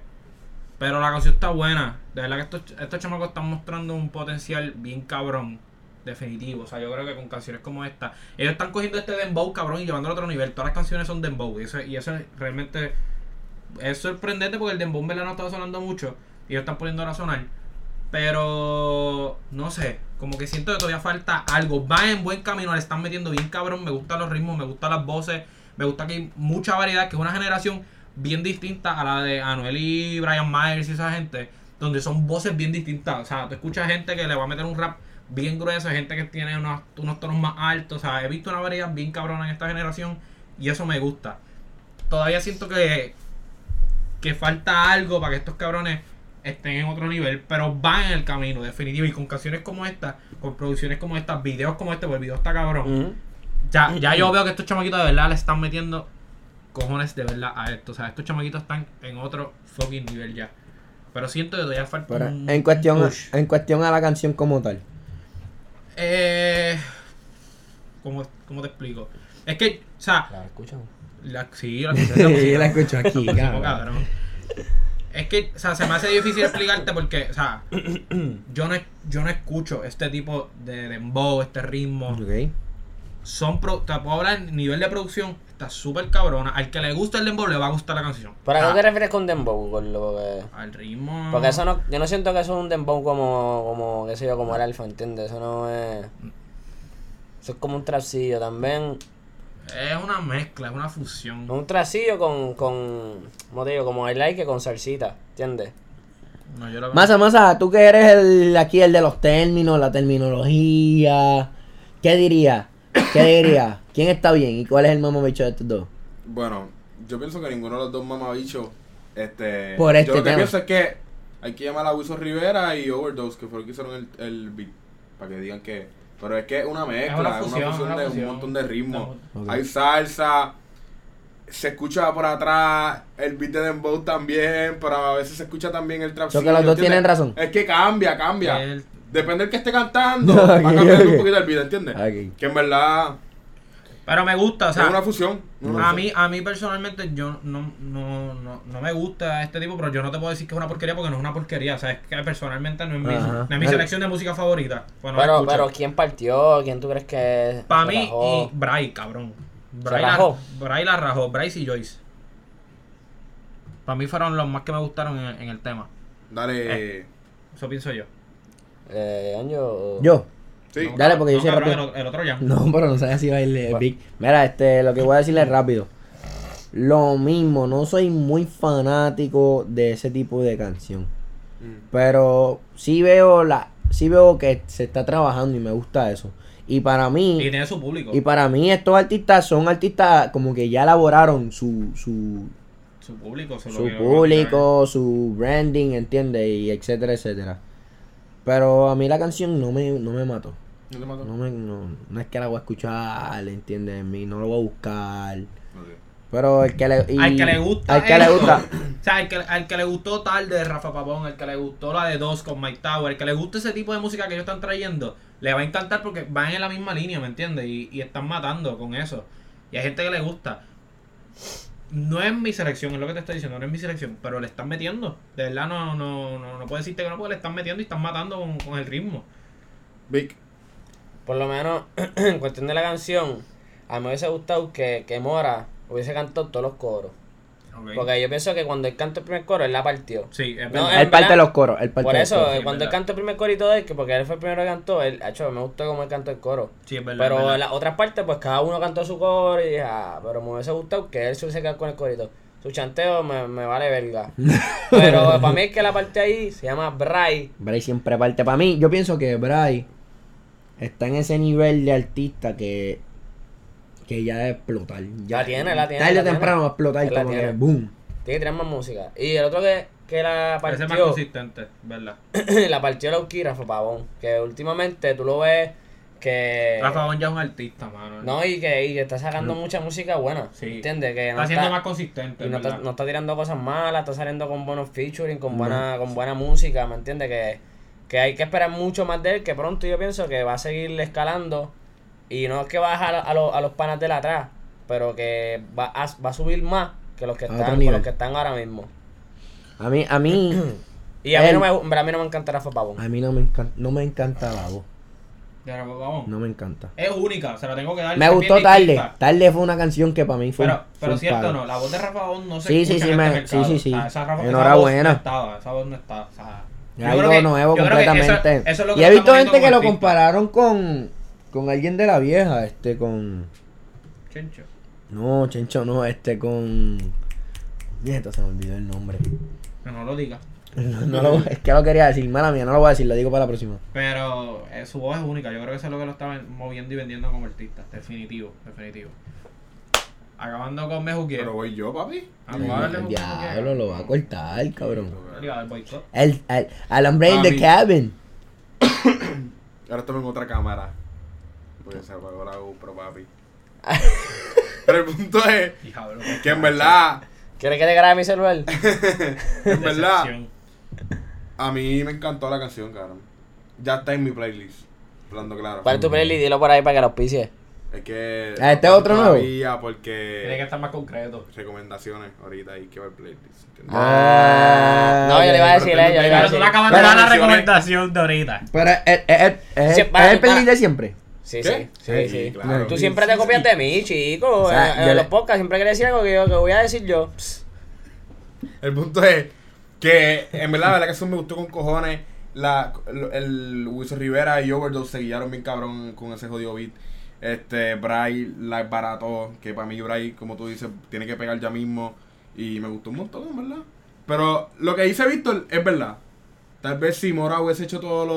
A: Pero la canción está buena. De verdad que estos, estos chamacos están mostrando un potencial bien cabrón. Definitivo. O sea, yo creo que con canciones como esta. Ellos están cogiendo este dembow cabrón y llevándolo a otro nivel. Todas las canciones son dembow. Y eso, y eso es realmente es sorprendente porque el dembow en verdad no estaba sonando mucho y ellos están poniendo a sonar. Pero no sé, como que siento que todavía falta algo. Va en buen camino, le están metiendo bien cabrón. Me gustan los ritmos, me gustan las voces, me gusta que hay mucha variedad, que es una generación bien distinta a la de Anuel y Brian Myers y esa gente, donde son voces bien distintas. O sea, tú escuchas gente que le va a meter un rap bien grueso, gente que tiene unos, unos tonos más altos. O sea, he visto una variedad bien cabrona en esta generación y eso me gusta. Todavía siento que que falta algo para que estos cabrones estén en otro nivel, pero van en el camino definitivo y con canciones como esta, con producciones como estas, videos como este, porque el video está cabrón.
C: Ujú.
A: Ya, ya yo veo que estos chamaquitos de verdad le están metiendo cojones de verdad a esto. O sea, estos chamaquitos están en otro fucking nivel ya. Pero siento que todavía falta
B: Pero
A: un
B: en cuestión, a-
A: Mm, push.
B: en cuestión a la canción como tal.
A: Eh, ¿cómo, cómo te explico? Es que, o sea,
C: La escuchan.
A: la, sí, la,
B: Yo la escucho aquí,
A: Sí, como
B: cabrón.
A: cabrón. Es que, o sea, se me hace difícil explicarte porque, o sea, yo no, yo no escucho este tipo de dembow, este ritmo.
B: Ok.
A: Son, pro- te puedo hablar, el nivel de producción está súper cabrona. Al que le gusta el dembow le va a gustar la canción.
C: ¿Para
A: Ah,
C: qué te refieres con dembow, Gordo? Porque,
A: Al ritmo.
C: porque eso no, yo no siento que eso es un dembow como, como qué sé yo, como el alfa, ¿entiendes? Eso no es... Eso es como un trapsillo también.
A: Es una mezcla, es una fusión.
C: Un tracillo con, con, ¿cómo te digo? Como I like it con salsita, ¿entiendes?
A: No, yo lo veo-
B: Masa, masa, tú que eres el aquí el de los términos, la terminología, ¿qué dirías? ¿Qué dirías? ¿Quién está bien y cuál es el mamabicho de estos dos?
D: Bueno, yo pienso que ninguno de los dos mamabichos. Este.
B: Por este
D: yo lo que
B: tema.
D: pienso es que hay que llamar a Wilson Rivera y Overdose, que fue los que hicieron el, el beat. Para que digan que. Pero es que es una mezcla, es una fusión,
A: una
D: de
A: fusión.
D: un montón de ritmos.
B: Ok.
D: Hay salsa. Se escucha por atrás el beat de Dembow también, pero a veces se escucha también el trap.
B: Creo que los dos tienen razón.
D: Es que cambia, cambia.
A: El-
D: Depende del que esté cantando.
B: Ok,
D: va cambiando
B: ok.
D: un poquito el beat, ¿entiendes?
B: Ok.
D: Que en verdad
A: Pero me gusta, o sea.
D: es una fusión. una
A: A
D: fusión.
A: mí, a mí personalmente, yo no, no, no, no me gusta este tipo, pero yo no te puedo decir que es una porquería porque no es una porquería. O sea, es que personalmente no es mi,
B: Ajá.
A: no es mi
B: Pero-
A: selección de música favorita.
C: pero, pero, ¿quién partió? ¿Quién tú crees que
A: Para
C: se
A: mí
C: rajó?
A: y Bray, cabrón.
C: ¿Se
A: Bray la,
C: rajó?
A: Bray la rajó, Bray y Joyce. Para mí fueron los más que me gustaron en, en el tema. Eh,
D: Dale.
A: Eso pienso yo.
C: Eh, Anjo,
B: Yo.
D: Sí.
A: No,
B: Dale, porque yo
A: no,
B: soy
A: cabrón,
B: rápido.
A: El, el otro ya.
B: No, pero no sabes si va a irle Big. Mira, este, lo que voy a decirle rápido. Lo mismo, no soy muy fanático de ese tipo de canción. Pero sí veo la, sí veo que se está trabajando y me gusta eso. Y para mí.
A: Y tiene su público.
B: Y para mí estos artistas son artistas como que ya elaboraron su, su,
A: su público. eso es lo
B: su
A: que yo creo.
B: público, su branding, ¿entiendes? Y etcétera, etcétera. Pero a mí la canción no me, no me mató.
D: No te mato.
B: No, me, no, no es que la voy a escuchar, ¿entiendes? En mí, no lo voy a buscar.
D: Ok.
B: Pero el que le, y-
A: Al que le gusta.
B: Al que le
C: eh.
A: esto,
B: gusta.
A: O sea, al que, al que le gustó tal de Rafa Pavón, al que le gustó la de Dos con Mike Tower, al que le gusta ese tipo de música que ellos están trayendo, le va a encantar porque van en la misma línea, ¿me entiendes? Y, y están matando con eso. Y hay gente que le gusta. No es mi selección, es lo que te estoy diciendo, no es mi selección, pero le están metiendo. De verdad, no, no, no, no puedo decirte que no, porque le están metiendo y están matando con, con el ritmo.
D: Vic,
C: Por lo menos, en cuestión de la canción, a mí me hubiese gustado que, que Mora hubiese cantado todos los coros.
A: Ok.
C: Porque yo pienso que cuando él canta el primer coro, él la partió.
A: Sí, es
C: No,
A: verdad.
C: eh,
B: Él parte
C: verdad.
B: los coros. Él parte
C: Por
B: los
C: eso, eh,
B: coros.
A: sí, es
C: cuando él
A: verdad.
C: cantó el primer corito de él, que porque él fue el primero que cantó, él, hecho, me gustó cómo él cantó el coro.
A: Sí, es verdad. es
C: Pero
A: verdad.
C: en las otras partes, pues cada uno cantó su coro y dije, ah, pero me hubiese gustado que él se hubiese quedado con el corito. Su chanteo me, me vale verga. pero para mí es que la parte ahí se llama Bray.
B: Bray siempre parte. Para mí, yo pienso que Bray está en ese nivel de artista que, que ya debe explotar. Ya,
C: La tiene, la tiene,
B: Tarde
C: la
B: o temprano
C: tiene.
B: va a explotar.
C: La
B: Como que
C: tiene.
B: boom.
C: Tiene que tirar más música. Y el otro que, que la
A: Parece
C: partió,
A: más consistente, ¿verdad?
C: la partió la Uki, Rafa Pavón. Que últimamente tú lo ves que...
A: Rafa Pavón ya es un artista, mano.
C: Eh, No, y que, y que está sacando mucha música buena.
A: Sí.
C: ¿Entiendes? Que no
A: está siendo más consistente,
C: Y no está,
A: ¿verdad?
C: no está tirando cosas malas, está saliendo con buenos featuring, con buena, con buena música, ¿me entiendes? Que, que hay que esperar mucho más de él, que pronto yo pienso que va a seguir escalando. Y no es que va a dejar a, los, a los panas de él atrás, pero que va a, va a subir más que los que
B: A
C: están,
B: otro
C: con
B: nivel.
C: los que están ahora mismo.
B: A mí, a mí,
C: Y a mí,
B: Él-
C: no me, en verdad, a mí no me encanta Rafa Pavón.
B: a mí no me encanta, no me encanta la voz.
A: De Rafa Pavón.
B: No me encanta.
A: Es única, se la tengo que dar.
B: Me
A: es bien
B: gustó tarde.
A: distinta.
B: Tarde fue una canción que para mí fue. un-
A: Pero,
B: fue
A: pero
B: un
A: cierto
B: palo.
A: no, la voz de Rafa Pavón no se
B: Sí, sí,
A: escucha
B: sí,
A: en
B: me-
A: este mercado.
B: sí, sí, sí.
A: O sea, esa Rafa- esa
B: Enhorabuena.
A: voz no estaba, esa voz no estaba. O sea, yo
B: Algo
A: creo que-
B: nuevo
A: yo creo que
B: completamente.
A: eso- eso es lo que
B: y he
A: lo
B: visto
A: están
B: gente que
A: poniendo
B: lo
A: como artista.
B: compararon con, con alguien de la vieja, este, con.
A: Chencho.
B: No, Chencho, no, este con. Nieto, se me olvidó el nombre.
A: No, no lo diga.
B: No lo- es que lo quería decir, mala mía, no lo voy a decir, lo digo para la próxima.
A: Pero eh, su voz es única. Yo creo que eso es lo que lo estaban moviendo y vendiendo como artista. Definitivo, definitivo. Acabando con Mejuque.
D: pero voy yo, papi.
A: Ah,
B: El diablo lo va a cortar, cabrón. El, el, al hombre in
D: A
B: the
D: mí.
B: cabin.
D: Ahora estamos en otra cámara. Porque se apagó la GoPro, papi. Pero el punto es que en verdad,
C: ¿Quieres que te grabe mi celular?
D: en verdad, eh, a mí me encantó la canción, cabrón. Ya está en mi playlist. Hablando claro.
C: ¿Cuál es tu playlist? Dilo por ahí para que lo auspicie.
D: Es que.
B: Ah, ¿este es otro nuevo?
D: Todavía
A: Tiene que
D: porque.
A: estar más concreto.
D: Recomendaciones ahorita y que va el playlist. ¿entiendes?
B: Ah,
C: no, yo le iba a
D: pero
C: decir a ella.
D: tú-
C: yo le iba a
A: Pero tú
C: decir.
A: le acabas de
D: Pero
A: dar la
D: mencioné-
A: recomendación de ahorita.
B: Pero es, es, es, es,
C: Sí,
B: es
C: para-
B: el playlist
C: para-
B: de siempre.
C: Sí,
D: ¿Qué?
C: sí, sí, sí.
D: claro.
C: Tú siempre te copias de mí, chico.
B: O sea,
C: en-
B: yo
C: en
B: le-
C: los podcasts siempre quieres decir algo que yo que voy a decir yo. Psst.
D: El punto es que en verdad, la verdad que eso me gustó con cojones. La, lo- el Wilson Rivera y Overdose se guiaron bien cabrón con ese jodido beat. Este, Bray la barato, que para mí Bray, como tú dices, tiene que pegar ya mismo. Y me gustó un montón, en verdad. Pero lo que dice Víctor es verdad. Tal vez si Mora hubiese hecho todos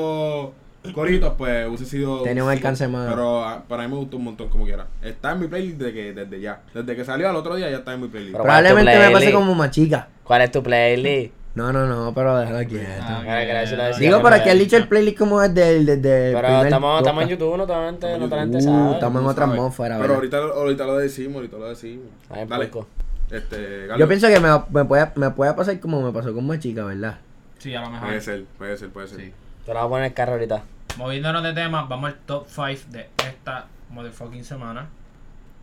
D: los coritos, pues hubiese sido...
B: Tenía un alcance más.
D: Pero ah, para mí me gustó un montón como quiera. Está en mi playlist desde, que, desde ya. Desde que salió al otro día ya está en mi playlist.
C: Pero
B: Probablemente
C: para
B: me
C: tu
B: pase
C: playlist.
B: como machica.
C: ¿Cuál es tu playlist?
B: No, no, no, pero déjalo quieto.
A: Ah,
C: Ahora que la vecina
A: ok,
C: decía
B: Digo,
C: que
B: para
C: no
B: que
C: era-
B: el dicho el playlist como es del, del, del
C: Pero
B: primer
C: estamos, estamos en
B: podcast.
C: YouTube, no toda la gente, no toda la gente
B: Uh,
C: sabe.
B: estamos en
D: Tú
B: otra
D: sabes.
B: atmósfera,
D: Pero
B: ¿verdad?
D: ahorita, ahorita lo decimos, ahorita lo decimos.
C: Ahí en
D: Dale.
C: poco.
D: Este, Galo.
B: Yo pienso que me, me, puede, me puede pasar como me pasó con machica, ¿verdad?
A: Sí, a lo mejor.
D: Puede ser, puede ser, puede ser.
A: Sí.
C: Te lo voy a poner en el carro ahorita.
A: Moviéndonos de tema, vamos al top 5 de esta motherfucking semana.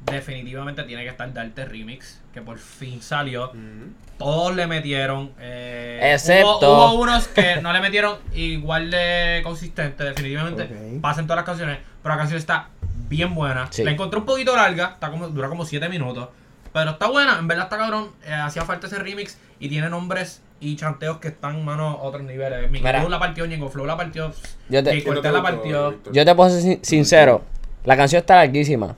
A: Definitivamente tiene que estar Darte Remix, que por fin salió.
D: Ujú.
A: Todos le metieron. eh,
C: Excepto-
A: Hubo, hubo unos que no le metieron igual de consistente, definitivamente.
B: Ok.
A: Pasan todas las canciones, pero la canción está bien buena.
C: Sí.
A: La encontré un poquito larga, está como, dura como 7 minutos. Pero está buena, en verdad está cabrón. eh, hacía falta ese remix y tiene nombres y chanteos que están, mano, a otros niveles. Mi
C: Mira.
A: Cruz la partió, Ñengo Flow la partió,
C: Yo te-
A: Jay
D: ¿Qué no te
A: Cortez la
D: gustó,
A: partió.
D: Víctor?
C: Yo te puedo ser sin- sincero. La canción está larguísima.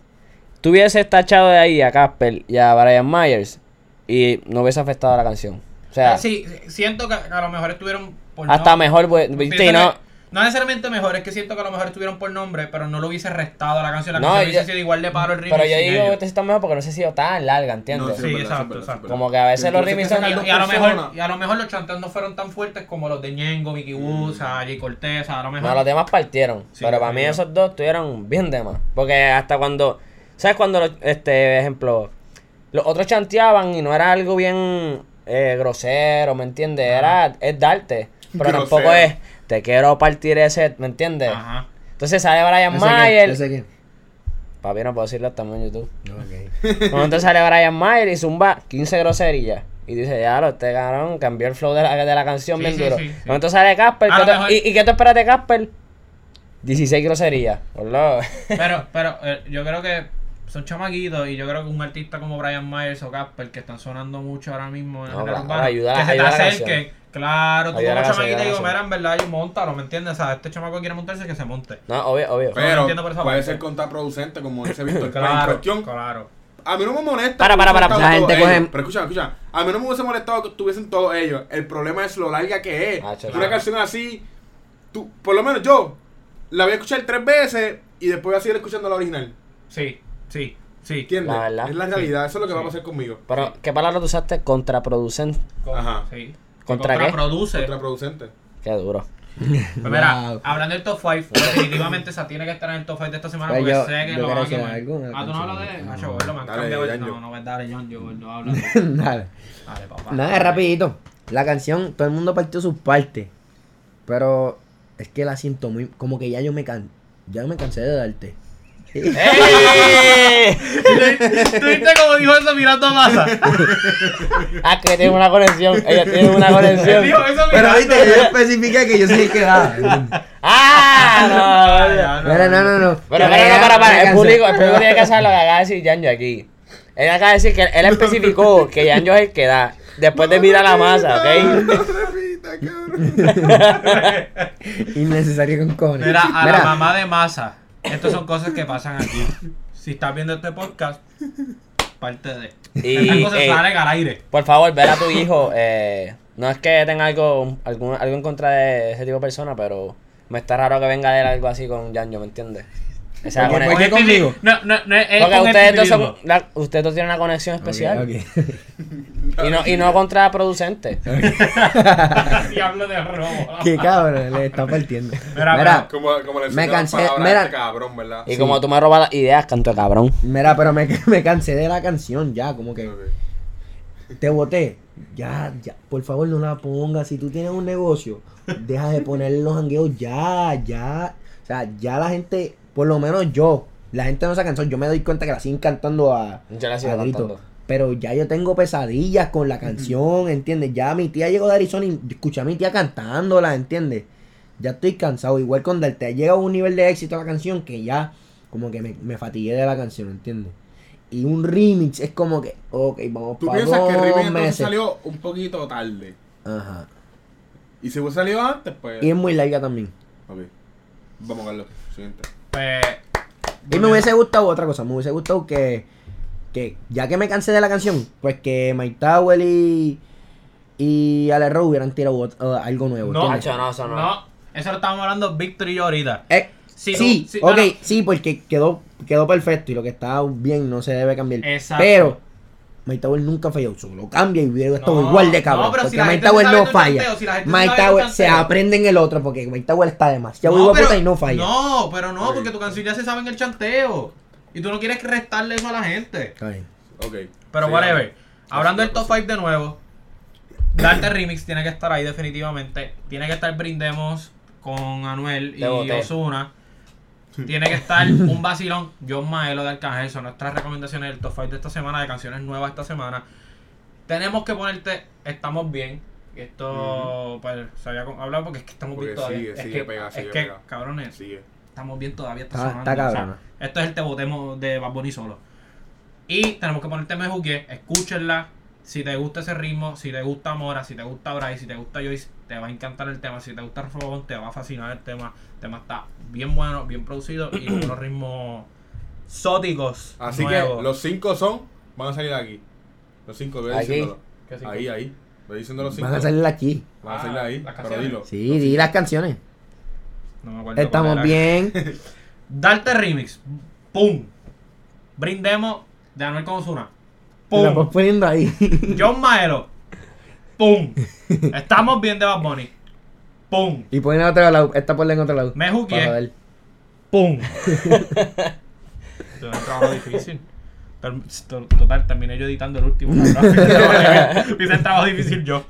C: Tú hubieses tachado de ahí a Casper y a Brian Myers y no hubiese afectado a la canción. O sea,
A: Ah, sí, siento que a lo mejor estuvieron por
C: hasta
A: nom-
C: mejor, pues,
A: siento
C: viste,
A: que-
C: y no.
A: no necesariamente mejor, es que siento que a lo mejor estuvieron por nombre, pero no lo hubiese restado a la canción. La
C: No,
A: canción
C: yo-
A: hubiese sido igual de paro el remix.
C: Pero yo
A: sin
C: digo
A: ellos.
C: que esta está mejor porque no se ha sido tan larga,
D: No,
C: ¿entiendes?
A: sí.
D: es verdad,
A: exacto,
D: es verdad, es
A: exacto.
D: verdad.
C: Como que a veces los
D: Entonces,
C: remixes-
D: sacar
A: Y,
D: dos
A: y a lo mejor,
D: personas.
A: y a lo mejor los chanteos no fueron tan fuertes como los de Ñengo, Mickey Woods, o sea, Jay Cortez, o sea, a lo mejor.
C: Mm. No, los demás partieron.
A: Sí,
C: pero para mí
A: definitivo.
C: esos dos estuvieron bien de más. Porque hasta cuando. ¿Sabes cuando, los- este, ejemplo, Los otros chanteaban y no era algo bien eh, grosero, ¿me entiendes? Era, es darte. Pero
D: Grosero.
C: tampoco es, te quiero partir ese, ¿me entiendes?
A: Ajá.
C: Entonces sale Brian
B: ¿Ese
C: Mayer.
B: quién? ¿Ese quién?
C: Papi, no puedo decirlo, estamos en YouTube.
B: Ok.
C: Entonces sale Brian Mayer y zumba 15 groserías. Y dice, ya lo, este cabrón cambió el flow de la, de la canción
A: Sí,
C: bien
A: sí,
C: duro.
A: sí, sí.
C: Entonces sale Casper.
A: A
C: ¿qué
A: lo
C: te-
A: mejor-
C: ¿Y, ¿Y qué te esperas de Casper? 16 groserías. Hola.
A: Pero, pero eh, yo creo que son chamaquitos y yo creo que un artista como Brian Myers o Casper que están sonando mucho ahora mismo en
C: No,
A: el
C: claro,
A: urbano,
C: ayuda-
A: que se te
C: ayuda a la
A: acerquen. Claro, tú
C: Ayuda a la
A: como
C: canción,
A: chamaquito
C: ayuda a la
A: digo,
C: canción.
A: mira, en verdad, yo montalo, ¿me entiendes? O sea, este chamaco quiere montarse, que se monte.
C: No, obvio, obvio.
A: no
D: Pero
A: entiendo por esa
D: puede
A: parte.
D: ser contraproducente, como dice Víctor. Pero en
A: Claro,
D: cuestión,
A: claro.
D: a mí no me molesta.
C: Para,
D: que
C: para, para,
D: hubiesen
B: la
D: estado
B: gente
D: todos ellos.
B: coge-
D: Pero escucha, escucha. A mí no me hubiese molestado que estuviesen todos ellos. El problema es lo larga que es.
C: Ah, chacho.
D: Una canción así, tú, por lo menos yo, la voy a escuchar tres veces y después voy a seguir escuchando la original.
A: Sí, sí, sí.
D: ¿Entiendes?
C: La verdad.
D: Es la realidad, eso es lo que va a
A: Sí.
D: pasar conmigo.
C: Pero, ¿qué palabra tú usaste? Contraproducente.
A: Con-
D: Ajá.
A: Sí. Que
C: ¿Contra qué?
A: Contraproduce.
D: Contraproducente.
C: Qué duro.
A: Pues mira,
B: Wow.
A: hablando del top 5, definitivamente esa tiene que estar en el top 5 de esta semana
B: Pues
A: porque
B: yo-
A: sé que
B: yo
A: lo van
B: quería
A: a
B: decir
A: quemar.
B: algo, una
A: ah, tú no hablas de.
B: canción.
A: Nacho, bueno, me han
D: Dale,
A: cambiado el.
D: Yanjo.
A: No, no, dale, John, yo no hablo.
B: Dale.
A: Dale, papá.
B: Nada, rapidito. La canción, todo el mundo partió sus partes. Pero es que la siento muy. Como que ya yo me can, ya yo me cansé de darte.
C: ¡Eh!
A: ¿Tuviste como dijo eso mirando a Massa?
C: Ah, que tiene una conexión. Ella tiene una
A: Él dijo
C: conexión.
A: eso
B: Pero viste
A: mirando.
B: que yo especifiqué que yo soy el que da.
A: Ah,
C: ¡Ah!
A: ya,
B: Mira, no, no, no.
C: Pero,
B: Ya, ya,
C: pero, no, para,
B: ya me
C: para, el
B: cansé.
C: público, el público tiene que saber lo que acaba de decir Yanjo aquí. Él acaba de decir que él especificó que Yanjo es el que da. Después de mirar la masa, ¿ok?
D: No repita, cabrón.
B: Innecesario con cojones.
A: Mira, a
B: Mira,
A: la mamá de Massa. Estas son cosas que pasan aquí. Si estás viendo este podcast, parte de.
C: Y,
A: Estas
B: eh,
A: cosas
C: ey.
A: salen al aire.
C: Por favor, ver a tu hijo. Eh, no es que tenga algo, algún, algo en contra de ese tipo de persona, pero me está raro que venga de él algo así con Yanjo, ¿me entiendes? O sea,
B: Porque-
C: con-
B: porque- qué conmigo?
A: este No, no, no, es
C: porque
A: con este
C: ustedes dos,
A: estilismo.
C: son, la- ustedes dos tienen una conexión especial.
B: Ok, ok.
C: Y, no, y no contraproducente.
A: Diablo de robo.
B: Qué cabrón, le está partiendo.
A: Mira,
B: Mira,
D: Como, como le
B: Me
D: enseñan las
B: cansé,
D: palabras a
B: mira.
D: este cabrón, ¿verdad?
C: Y como tú me robas las ideas, canto de cabrón.
B: mira, pero me, me cansé de la canción ya, como que. Te boté. Ya, ya, por favor no la pongas. Si tú tienes un negocio, deja de ponerle los jangueos ya, ya. O sea, ya la gente, por lo menos yo, la gente no se cansó. Yo me doy cuenta que la siguen cantando a,
C: Yo la sigo
B: a grito.
C: cantando.
B: Pero ya yo tengo pesadillas con la canción, ¿entiendes? Ya mi tía llegó de Arizona y escuché a mi tía cantándola, ¿entiendes? Ya estoy cansado. Igual con Darte. Ha llegado a un nivel de éxito la canción que ya como que me, me fatigué de la canción, ¿entiendes? Y un remix es como que, ok, vamos
D: Tú
B: para
D: piensas que el remix
B: dos
D: entonces
B: meses.
D: salió un poquito tarde.
B: Ajá.
D: Y si hubiese salido antes, pues.
B: Y es muy larga también.
D: Ok. Vamos a verlo. Siguiente.
A: Pues,
B: Y me hubiese gustado otra cosa, me hubiese gustado que, que ya que me cansé de la canción, pues que Mike Tower y, y Ale Rowe hubieran tirado ot- eh, algo nuevo.
A: No,
B: ¿entiendes?
C: Hacho, no, eso no.
A: No, eso lo estábamos hablando Víctor y yo ahorita.
B: Eh,
A: Sí,
B: sí,
A: no, sí,
B: ok,
A: bueno.
B: sí, porque quedó, quedó perfecto y lo que está bien no se debe cambiar.
A: Exacto.
B: Pero Mike Tower nunca falló, solo cambia y hubiera estado
A: No,
B: igual de cabrón.
A: no, pero si
B: porque
A: la
B: Mike
A: gente se
B: Tower
A: sabe
B: no
A: tu
B: falla.
A: chanteo, si la gente se
B: Mike
A: sabe tu
B: Tower se
A: chanteo.
B: aprende en el otro porque Mike Tower está demasiado igual
A: pero-
B: y no falla.
A: No, pero no,
D: Ok.
A: porque tu canción ya se sabe en el chanteo. Y tú no quieres restarle eso a la gente.
B: Está bien.
D: Ok.
A: Pero
D: Sí,
A: whatever. Hablando del
D: Así
A: top 5 de nuevo, Darte Remix tiene que estar ahí definitivamente. Tiene que estar Brindemos con Anuel y
C: Te boté.
A: Osuna. Tiene que estar un vacilón. John Maelo de Arcángel son nuestras recomendaciones del top 5 de esta semana, de canciones nuevas esta semana. Tenemos que ponerte Estamos Bien. Y Esto, pues, se había con- hablado porque es que estamos
D: Porque
A: bien todavía.
D: sigue,
A: es
D: sigue
A: que,
D: pegado,
A: es
D: sigue
A: que,
D: pegado.
A: cabrones,
D: Sigue.
A: estamos bien todavía esta
B: Está-
A: semana.
B: Ah, está
A: O sea,
B: cabrón.
A: esto es el te botemos de Bad Bunny solo. Y tenemos que ponerte Me Jugué, escúchenla. Si te gusta ese ritmo, si te gusta Mora, si te gusta Bryce, si te gusta Joyce, te va a encantar el tema. Si te gusta Fogón, te va a fascinar el tema. El tema está bien bueno, bien producido y con unos ritmos sóticos.
D: Así
A: nuevos.
D: que los cinco son. Van a salir aquí. Los cinco, voy
C: Aquí.
D: diciéndolo.
A: ¿Qué cinco?
D: Ahí, ahí. Voy diciendo los cinco.
B: Van a salir aquí.
D: Van a salir
A: Ah,
D: ahí.
A: las
D: Pero
A: canciones.
D: dilo.
B: Sí, di las canciones.
A: No me acuerdo
B: Estamos
A: cuál era.
B: bien.
A: Darte Remix. ¡Pum! Brindemos de Anuel con Ozuna.
B: Lo
A: ¡Pum!
B: vas poniendo ahí.
A: John Maelo. ¡Pum! Estamos bien de Bad Bunny. ¡Pum!
B: y ponen a otro lado. Esta ponla en otro lado.
A: Me jugué.
B: Para ver.
A: ¡Pum! es un trabajo difícil. Pero, to- Total, terminé yo editando el último. cabrón. Me Hice el trabajo difícil yo.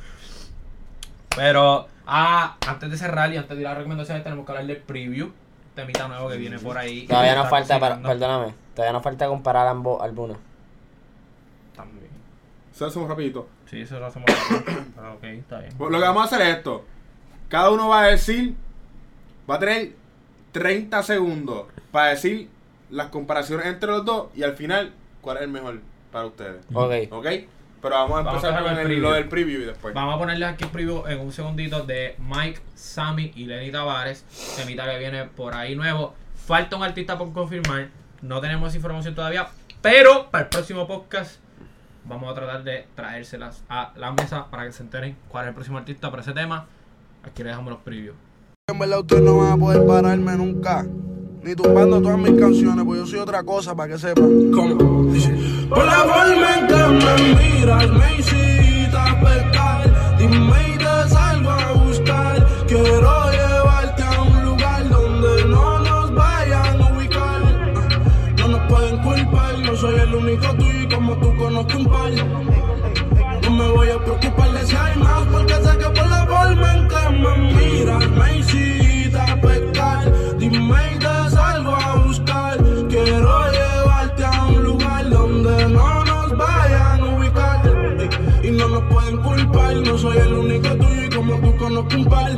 A: Pero, ah, antes de cerrar y antes de ir a las recomendaciones, tenemos que hablar del preview. Temita nuevo que viene por ahí.
C: Todavía nos
A: Está
C: falta, para-
A: cocinando.
C: perdóname, todavía nos falta comparar ambos álbumes.
A: También.
D: Eso lo hacemos rapidito.
A: Sí, eso lo hacemos. Pero, ok, está bien.
D: Pues Lo que vamos a hacer es esto. Cada uno va a decir, va a tener 30 segundos para decir las comparaciones entre los dos y al final cuál es el mejor para ustedes.
C: Ok.
D: ¿Ok? Pero vamos a
A: Vamos
D: empezar con el- lo del preview y después.
A: Vamos a ponerles aquí el preview en un segundito de Mike, Sammy y Lenny Tavares. Temita que viene por ahí nuevo. Falta un artista por confirmar. No tenemos información todavía. Pero para el próximo podcast vamos a tratar de traérselas a la mesa para que se enteren cuál es el próximo artista para ese tema. Aquí les dejamos los previews.
E: En verdad ustedes no van a poder pararme nunca. Ni tumbando todas mis canciones, pues yo soy otra cosa para que sepan. ¿Cómo? Por la forma en que me miras, me hiciste pecar. Dime y te salgo a buscar. Quiero llevarte a un lugar donde no nos vayan a ubicar. No nos pueden culpar, no soy el único tú y como tú conozco un par. No me voy a preocupar de si hay más Porque sé que por la forma en que me miras Me hiciste pecar Dime y te salgo a buscar Quiero llevarte a un lugar Donde no nos vayan a ubicar Y no nos pueden culpar No soy el único tuyo y como tú conozco un par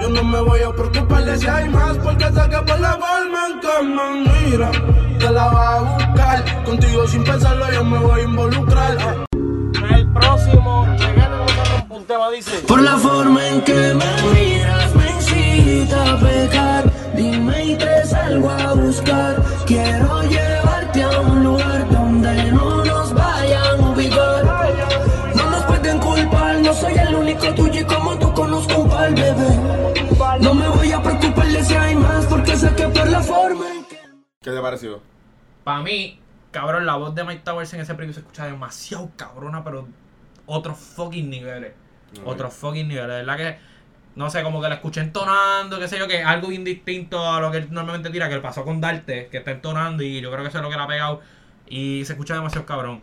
E: Yo no me voy a preocupar de si hay más Porque sé que por la forma en que me miras Te la vas a buscar Contigo sin pensarlo yo me voy a involucrar ah.
F: El próximo, un tema dice.
E: Por la forma en que me miras me incita a pecar. Dime y te salgo a buscar. Quiero llevarte a un lugar donde no nos vayan a ubicar. No nos pueden culpar, no soy el único tuyo y como tú conozco un par, bebé. No me voy a preocupar de si hay más porque sé que por la forma en que...
D: ¿Qué te pareció?
A: Para mí, cabrón, la voz de Mike Towers en ese preview se escucha demasiado cabrona, pero otros fucking niveles. Otros fucking niveles. De verdad que, no sé, como que la escuché entonando, qué sé yo, que es algo indistinto a lo que él normalmente tira, que le pasó con Darte, que está entonando y yo creo que eso es lo que le ha pegado. Y se escucha demasiado cabrón.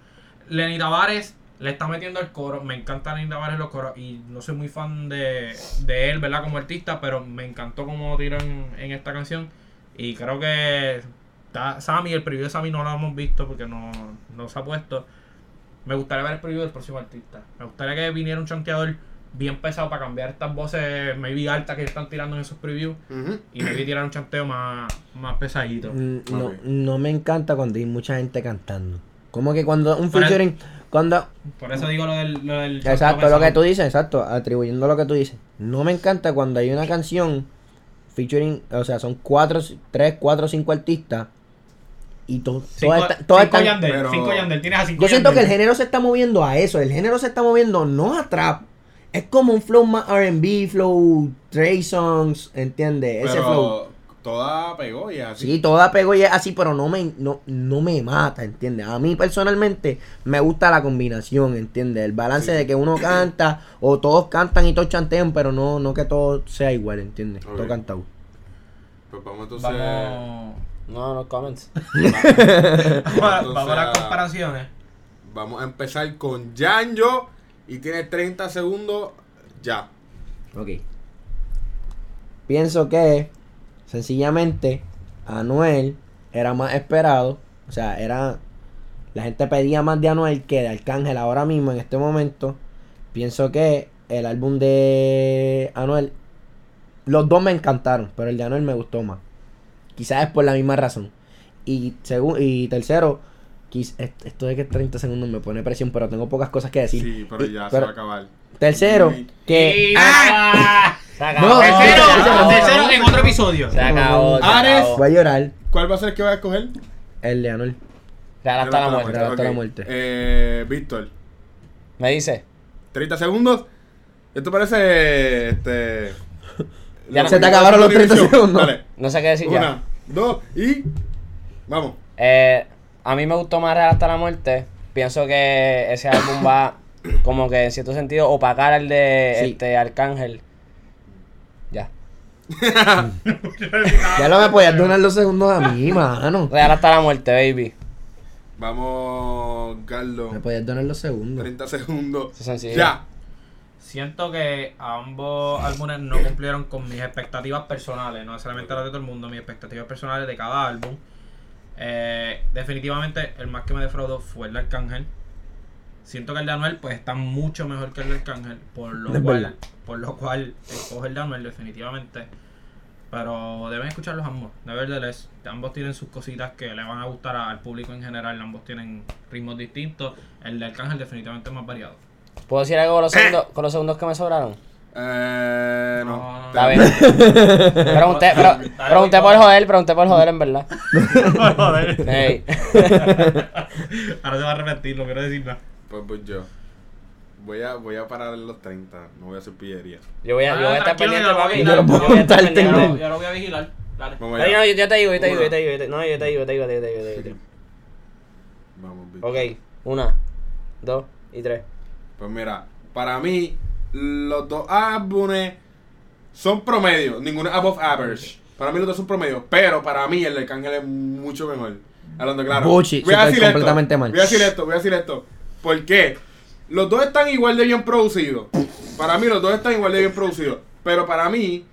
A: Lenny Tavares le está metiendo el coro. Me encanta Lenny Tavares en los coros. Y no soy muy fan de, de él, ¿verdad? Como artista, pero me encantó cómo tiró en, en esta canción. Y creo que está Sammy, el preview de Sammy no lo hemos visto porque no, no se ha puesto. Me gustaría ver el preview del próximo artista. Me gustaría que viniera un chanteador bien pesado para cambiar estas voces, maybe altas que están tirando en esos previews.
D: Ujú.
A: Y maybe tirar un chanteo más, más pesadito.
B: Mm, No,
D: Ok.
B: no me encanta cuando hay mucha gente cantando. Como que cuando un
A: Pero-
B: featuring, cuando...
A: Por eso digo lo del. Lo del
B: Exacto,
A: chanteo
B: lo que tú
A: pesado.
B: dices, exacto, atribuyendo lo que tú dices. No me encanta cuando hay una canción featuring, o sea, son cuatro, tres, cuatro, cinco artistas y to-
A: Cinco,
B: todas están- todas
A: cinco
B: están-
A: Yandel,
D: pero-
A: cinco Yandel, tienes a cinco
B: Yo siento que el
A: Yandel.
B: género se está moviendo a eso, el género se está moviendo no a trap, es como un flow más R&B, flow Trey Songs, ¿entiendes? Ese flow.
D: Pero toda pegó y es así.
B: Sí, toda pego y es así, pero no me, no, no me mata, ¿entiendes? A mí personalmente me gusta la combinación, ¿entiendes? El balance
D: Sí.
B: de que uno canta o todos cantan y todos chantean, pero no, no que todo sea igual, ¿entiendes?
D: Ok.
B: Todo cantado.
D: Pues vamos entonces.
A: Vamos,
C: No, no comments.
A: vamos, a- vamos a las
D: Entonces,
A: comparaciones.
D: Vamos a empezar con Yanjo y tiene 30 segundos ya.
B: Ok. Pienso que, sencillamente, Anuel era más esperado. O sea, era. La gente pedía más de Anuel que de Arcángel ahora mismo, en este momento. Pienso que el álbum de Anuel. Los dos me encantaron, pero el de Anuel me gustó más. Quizás es por la misma razón. Y, segu- y tercero, quiz- est- esto de que 30 segundos me pone presión, pero tengo pocas cosas que decir.
D: Sí, pero
B: Y-
D: ya se
B: pero-
D: va a acabar.
B: tercero,
D: Y-
B: que.
A: Y- ¡Ah!
C: Se acabó.
B: No,
A: Tercero,
C: se acabó.
A: tercero en otro episodio.
C: Se acabó. se
A: Ares.
C: acabó.
B: Voy a llorar.
D: ¿Cuál va a ser el que va a escoger?
B: El de Anuel.
C: Real hasta la muerte.
B: Real hasta la
D: ok.
B: muerte.
D: Eh, Víctor,
C: Me dice.
D: 30 segundos. Esto parece. Este.
C: Ya
D: la-
C: se
B: te acabaron los 30 segundos.
D: Dale.
C: No sé qué decir ya.
D: Una, dos y. Vamos.
C: Eh, a mí me gustó más Real hasta la muerte. Pienso que ese álbum va como que en cierto sentido opacar al de
B: Sí.
C: este Arcángel. Ya.
B: Ya lo me podías donar los segundos a mí, mano.
C: Real hasta la muerte, baby.
D: Vamos, Carlos.
B: Me podías donar los segundos.
D: 30 segundos.
C: Eso es sencillo.
D: Ya.
A: Siento que ambos álbumes no cumplieron con mis expectativas personales, no necesariamente las de todo el mundo, mis expectativas personales de cada álbum. Eh, definitivamente el más que me defraudó fue el de Arcángel. Siento que el de Anuel pues está mucho mejor que el de Arcángel, por lo
B: Es
A: cual,
B: verdad.
A: por lo cual escoge el de Anuel definitivamente. Pero deben escuchar los ambos, nevertheless. Ambos tienen sus cositas que le van a gustar al público en general, ambos tienen ritmos distintos. El de Arcángel definitivamente es más variado.
C: ¿Puedo decir algo con los, segundos, con los segundos que me sobraron?
D: Eh, no.
C: Está bien. Pregunté, pero- pregunté por joder, pregunté por joder, en verdad. Ey.
A: Ahora se va a arrepentir, no quiero decir nada.
D: Pues, pues yo. Voy a, voy a parar en los 30. No voy a hacer pillería.
C: Yo voy a, yo voy a estar pendiente, papi.
B: vigilar. Yo lo puedo
C: voy a estar
B: contarte,
C: pendiente.
B: no.
A: Yo lo voy a vigilar. Dale.
D: Vamos
C: Dale,
D: allá.
C: no, yo, yo te digo, yo te digo, yo te digo, yo te- no, yo te digo, yo te digo, yo te digo, yo te digo, yo te digo.
D: Vamos, bicho.
C: Ok, una, dos y tres.
D: Pues mira, para mí, los dos álbumes son promedio. Ninguno es above average. Para mí los dos son promedio. Pero para mí el de Arcángel es mucho mejor. Hablando claro.
B: Bullshit,
D: voy a
B: estoy
D: decir esto.
B: completamente mal.
D: Voy a decir esto, voy a decir esto. ¿Por qué? Los dos están igual de bien producidos. Para mí los dos están igual de bien producidos. Pero para mí,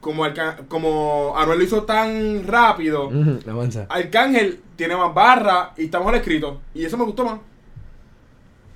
D: como, Arca- como Anuel lo hizo tan rápido,
B: Ujú, avanza.
D: Arcángel tiene más barra y está mejor escrito. Y eso me gustó más.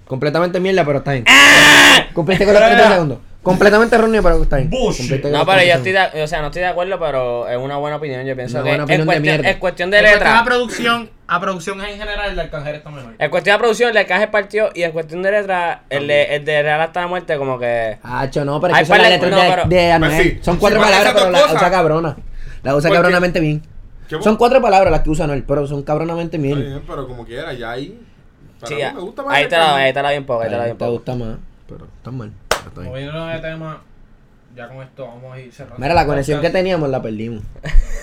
B: Completamente mierda, pero está bien.
D: ¡Ah!
B: Complete con los 30 segundos. Completamente erróneo, pero está bien. Complete con
C: No,
B: los 30
C: pero yo estoy,
B: segundos.
C: de- o sea, no estoy de acuerdo, pero es una buena opinión, yo pienso
B: Una
C: que
B: buena
C: es,
B: opinión de
C: cuestión,
B: mierda.
C: es cuestión de
A: En cuestión a
C: letra.
A: producción, a producción en general, el de Arcángel está mejor.
C: Es cuestión de producción, el de caja partió y es cuestión de letra, el de, el de Real hasta la muerte como que...
B: Hacho, no, pero es
C: Ay,
B: que son
C: para
B: las
C: la-
B: letras
C: no,
B: de,
C: pero-
B: de Anuel.
D: Pues sí.
B: Son
D: Si
B: cuatro
D: van a
B: palabras,
D: hacer
B: pero
D: dos
B: la la
D: cosas.
B: usa cabrona. La usa
D: Porque-
B: cabronamente bien.
D: ¿Qué
B: Son cuatro palabras las que usa Anuel, pero son cabronamente
D: Está
B: bien.
D: bien, pero como quiera, ya ahí. Para
C: Sí,
D: mí me gusta más
C: ahí
D: el
C: te la doy,
D: cambio.
C: ahí te la doy un poco, ahí te la doy un
B: Te
C: poco.
B: gusta más, pero están mal. pero está bien.
A: Moviéndonos de tema, ya con esto vamos a ir cerrando.
B: Mira, la conexión que teníamos la perdimos.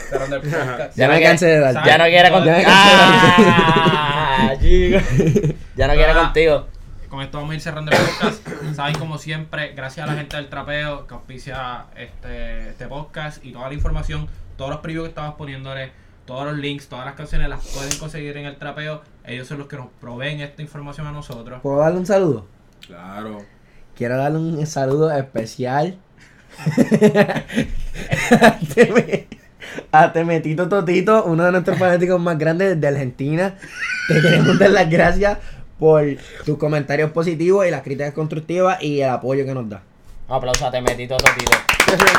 A: Cerrando el podcast.
B: Ya
C: no
B: me
C: quiere-
B: cansé de dar.
A: ya
C: Ya no
A: Ya
C: quiere
A: me
C: contigo.
B: cansé.
C: Ah, chico. ya no quiere
A: Ah.
C: contigo.
A: Con esto vamos a ir cerrando el podcast. Saben, como siempre, gracias a la gente del trapeo que auspicia este, este podcast y toda la información, todos los previews que estamos poniéndoles, todos los links, todas las canciones las pueden conseguir en el trapeo. Ellos son los que nos proveen esta información a nosotros.
B: ¿Puedo darle un saludo?
D: Claro.
B: Quiero darle un saludo especial a Teme- a Temetito Totito, uno de nuestros fanáticos más grandes de Argentina. Te queremos dar las gracias por tus comentarios positivos y las críticas constructivas y el apoyo que nos da.
C: Un aplauso, te metí todo, totito.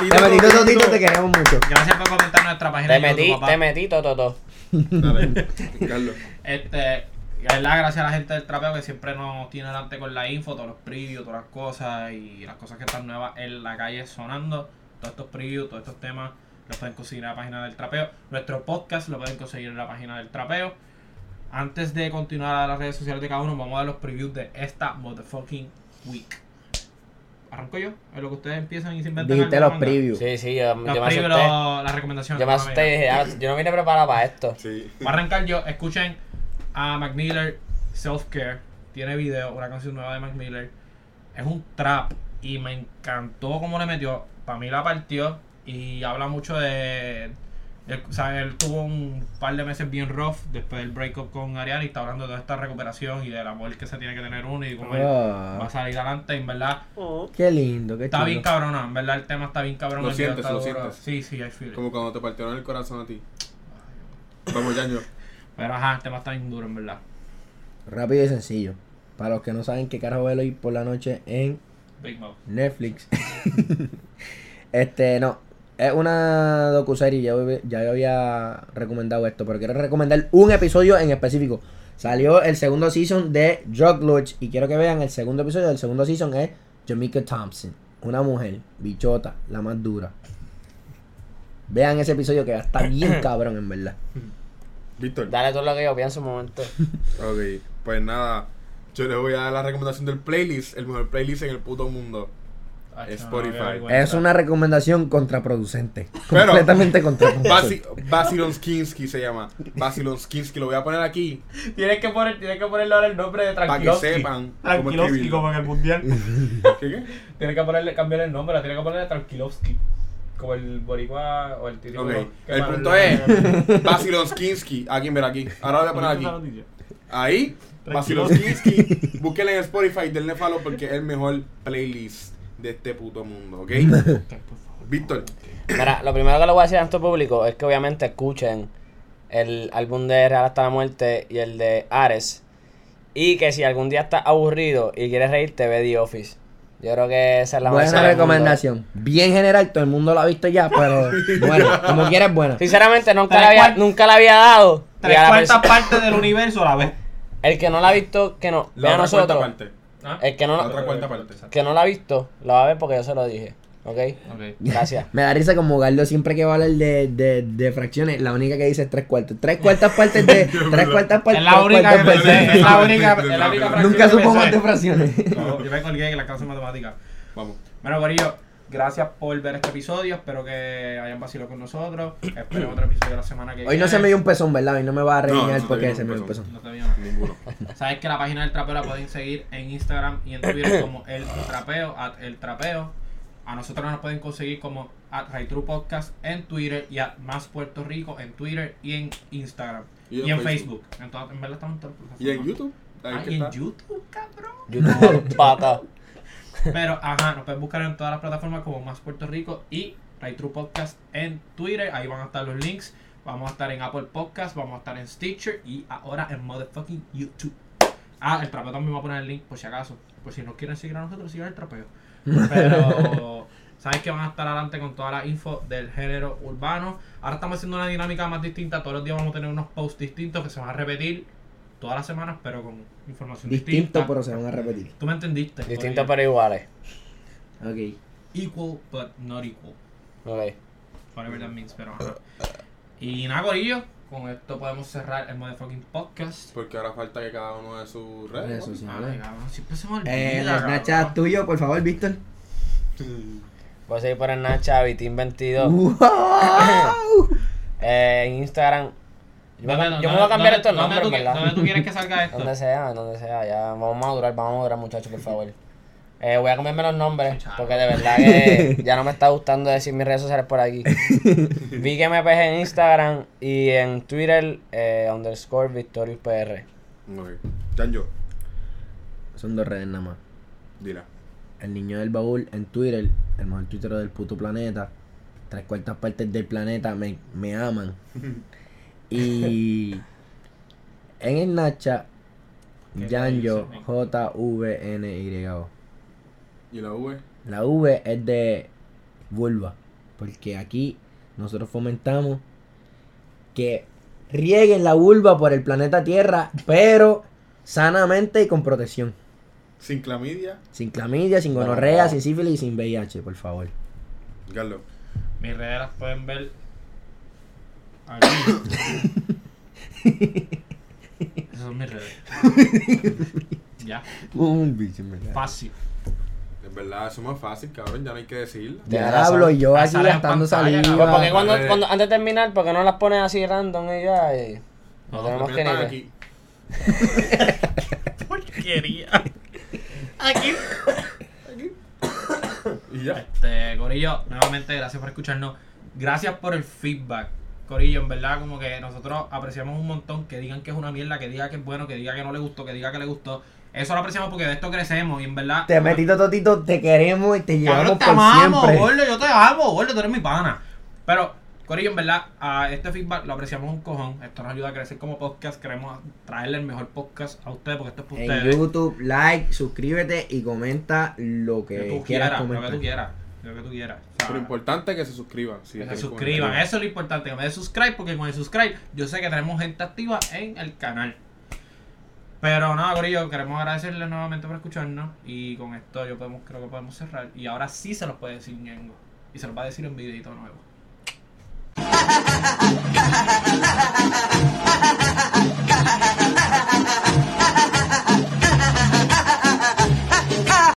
B: Temetito Totito, te queremos mucho.
A: Gracias por comentar nuestra página
C: Te
A: de YouTube,
C: metí,
A: papá.
C: te metí todo, todo.
D: Dale, Carlos.
A: Este, y es la gracias a la gente del trapeo que siempre nos tiene delante con la info, todos los previews, todas las cosas y las cosas que están nuevas en la calle sonando. Todos estos previews, todos estos temas los pueden conseguir en la página del trapeo. Nuestro podcast lo pueden conseguir en la página del trapeo. Antes de continuar a las redes sociales de cada uno, vamos a dar los previews de esta motherfucking week. Arranco yo, es lo que ustedes empiezan y se inventan.
B: Dijiste
A: algo,
B: los
A: manga.
B: previews.
C: Sí, sí, yo, yo
A: Los
C: me
A: previews,
C: asusté.
A: lo- las recomendaciones.
C: Yo me
A: mami,
C: asusté y dije, "Ah, yo no vine preparado para esto.
D: Sí.
A: Voy a arrancar yo. Escuchen a Mac Miller Self Care. Tiene video, una canción nueva de Mac Miller. Es un trap y me encantó cómo le metió. Para mí la partió y habla mucho de. de- o sea, él tuvo un par de meses bien rough después del breakup con Ariana y está hablando de toda esta recuperación y del amor que se tiene que tener uno y cómo él
B: Ah.
A: va a salir adelante. Y en verdad,
B: Qué lindo, qué
A: está bien
B: chulo.
A: cabrona. En verdad, el tema está bien cabrón.
D: Lo
A: el video
D: sientes,
A: está
D: lo
A: duro.
D: sientes.
A: Sí, sí, I feel it.
D: Como cuando te partieron el corazón a ti. Vamos, Yaño.
A: Pero ajá, el tema está bien duro, en verdad.
B: Rápido y sencillo. Para los que no saben qué carajo ver hoy por la noche en
A: Big Mouth.
B: Netflix. este, no. Es una docuserie, ya, hab- ya yo había recomendado esto, pero quiero recomendar un episodio en específico. Salió el segundo season de Drug Lodge y quiero que vean el segundo episodio del segundo season es Jamaica Thompson, una mujer, bichota, la más dura. Vean ese episodio que está bien cabrón, en verdad.
D: Víctor.
C: Dale todo lo que yo pienso un momento.
D: Ok, pues nada. Yo les voy a dar la recomendación del playlist. El mejor playlist en el puto mundo.
A: Ay,
D: Es
A: no, no, qué
D: Spotify.
A: vergüenza.
B: Es una recomendación contraproducente.
D: Pero-
B: completamente contraproducente.
D: Basilonskinski se llama. Basilonskinski. Lo voy a poner aquí
A: Tienes que, poner, tienes que ponerle ahora el nombre de
D: para que
A: Tranquilovsky.
D: sepan. cómo
A: Tranquilovsky
D: escribirlo.
A: como en el mundial.
D: ¿Qué, qué?
A: tienes que ponerle, cambiar el nombre, tienes que ponerle Tranquilovsky. Como el boricua o el típico.
D: Ok,
A: que
D: el
A: para
D: punto
A: hablar-
D: es Basilonskinski. Aquí, mira, aquí. Ahora lo voy a poner
A: ¿Dónde está la
D: aquí.
A: noticia?
D: Ahí,
A: Tranquilo.
D: Vasilowski, búsquenle en Spotify, denle follow porque es el mejor playlist de este puto mundo, ¿ok? Víctor,
C: Mira, lo primero que le voy a decir a nuestro público es que obviamente escuchen el álbum de Real hasta la muerte y el de Ares. Y que si algún día estás aburrido y quieres reírte, ve The Office. Yo creo que esa es la
B: Buena
C: mejor serie del mundo.
B: recomendación. Bien general, todo el mundo lo ha visto ya, pero bueno, como quieras, buena.
C: Sinceramente, nunca
A: Tres
C: la, había,
A: cuart-
C: nunca la había dado. Y
A: Tres
C: a la
A: cuartas
C: perso-
A: partes del universo a la vez.
C: el que no la ha visto, que no.
D: la
C: Vea a
D: otra cuarta
C: nosotros.
D: parte.
A: ¿Ah?
C: El que no,
D: La otra cuarta parte.
C: que no la ha visto, la va a ver porque yo se lo dije. ¿Ok?
A: Ok.
C: Gracias.
B: Me da risa como Gardo siempre que va a hablar de, de, de fracciones, la única que dice es tres cuartos. Tres cuartas partes de. tres cuartas partes.
A: Es la única que
B: cuartas
A: pensé.
B: partes.
A: Es la única, es la única fracción
B: Nunca
A: que
B: supo
A: pensé.
B: más de fracciones.
A: No, Yo me colgué en la clase de matemáticas.
D: Vamos.
A: Bueno, Corillo, gracias por ver este episodio. Espero que hayan vacilado con nosotros. Espero otro episodio la semana que viene.
B: Hoy no se me dio un pezón, ¿verdad? Hoy no me va a
D: No, no
B: regañar
D: se te
B: porque
D: vio
B: se me dio un
D: un
B: pezón.
A: No te vio nada.
D: Ninguno.
A: Sabes que la página del trapeo la pueden seguir en Instagram y en Twitter como el trapeo, at el trapeo. A nosotros nos pueden conseguir como at Raytru Podcast en Twitter y at más Puerto Rico en Twitter y en Instagram. Y en, Facebook. En todas- en verdad estamos en todas las
D: Y en
A: plataformas.
D: YouTube. ahí
A: Ah,
D: que
A: y en
D: está.
A: YouTube, cabrón.
C: YouTube, pata.
A: Pero, ajá, nos pueden buscar en todas las plataformas como Más Puerto Rico y Raytru Podcast en Twitter. Ahí van a estar los links. Vamos a estar en Apple Podcast, vamos a estar en Stitcher y ahora en motherfucking YouTube. Ah, el trapeo también va a poner el link por si acaso. Por si no quieren seguir a nosotros, sigan el trapeo. Pero saben que van a estar adelante con toda la info del género urbano. Ahora estamos haciendo una dinámica más distinta. Todos los días vamos a tener unos posts distintos que se van a repetir todas las semanas, pero con información
B: Distinto,
A: distinta.
B: pero se van a repetir.
A: Tú me entendiste. Corillo?
C: Distintos pero iguales.
B: Ok.
A: equal but not equal.
C: Ok.
A: Whatever that means, pero ajá. Y nada, Corillo, con esto podemos cerrar el motherfucking podcast.
D: Porque ahora falta que cada uno de sus
B: Redes
D: redes.
A: Ay,
B: sociales.
A: cabrón, siempre se me olvida.
B: Eh, el
A: cabrón.
B: Snapchat tuyo, por favor, Víctor.
C: Voy a seguir por el Nacha, Vitín22.
B: Uh. ¡Wow!
C: Eh, en Instagram. Yo, me-
A: ¿Dónde-
C: yo
A: dónde-
C: me voy a cambiar
A: dónde-
C: estos
A: dónde
C: nombres,
A: tú-
C: ¿verdad?
A: ¿Dónde tú quieres que salga esto?
C: Donde sea, donde sea. Ya vamos a madurar, vamos a madurar, muchachos, por favor. Eh, voy a cambiarme los nombres
A: Muchacho.
C: porque de verdad que ya no me está gustando decir mis redes sociales por aquí. Vi que me en Instagram y en Twitter eh, underscore Victorious PR.
D: Ok. Chanjo,
B: Son dos redes nada más.
D: dila.
B: El niño del baúl en Twitter, el mejor tuitero del puto planeta. Tres cuartas partes del planeta me, me aman. Y en el Nacha,
A: ¿Qué
B: Janjo,
A: dice?
B: J-V-N-Y. -O.
D: ¿Y la V?
B: La V es de vulva, porque aquí nosotros fomentamos que rieguen la vulva por el planeta Tierra, pero sanamente y con protección.
D: Sin clamidia.
B: Sin clamidia, sin gonorrea, sin sífilis y sin VIH, por favor.
D: Carlos.
A: Mis redes las pueden ver aquí. Esas son mis redes. ya, fácil.
D: En verdad, eso es más fácil, cabrón. Ya no hay que decirlo.
C: Tienes
B: Ya hablo
C: razón.
B: yo
A: Ah,
B: aquí
A: sale en
B: gastando
A: pantalla,
B: saliva.
C: Pues porque
D: Ah,
C: cuando,
D: eh.
C: cuando- antes de terminar, porque no las pones así random y ya. y no, tenemos que
D: Están
C: ni.
D: aquí.
A: Porquería.
D: Y ya.
A: Este, Corillo, nuevamente gracias por escucharnos. Gracias por el feedback. Corillo, en verdad, como que nosotros apreciamos un montón que digan que es una mierda, que diga que es bueno, que diga que no le gustó, que diga que le gustó. Eso lo apreciamos porque de esto crecemos y en verdad.
B: Te metito totito, te queremos y te
A: Cabrón,
B: llevamos
A: te
B: por
A: amamos,
B: siempre.
A: gordo, yo te amo, gordo, tú eres mi pana. Pero, Corillo, en verdad, a este feedback lo apreciamos un cojón. Esto nos ayuda a crecer como podcast. Queremos traerle el mejor podcast a ustedes porque esto es para
B: En
A: ustedes.
B: YouTube, like, suscríbete y comenta lo
A: Lo
B: que
A: que tú
B: quieras
A: quieras, lo que
B: comentar.
A: tú quieras. Lo que tú quieras. O sea,
D: Pero importante es que se suscriban. si
A: Que se
D: quieren
A: suscriban,
D: comentar.
A: eso es lo importante, que me den subscribe, porque con el subscribe yo sé que tenemos gente activa en el canal. Pero nada, Corillo, queremos agradecerles nuevamente por escucharnos y con esto yo podemos, creo que podemos cerrar. Y ahora sí se los puede decir Ñengo y se los va a decir en videito nuevo.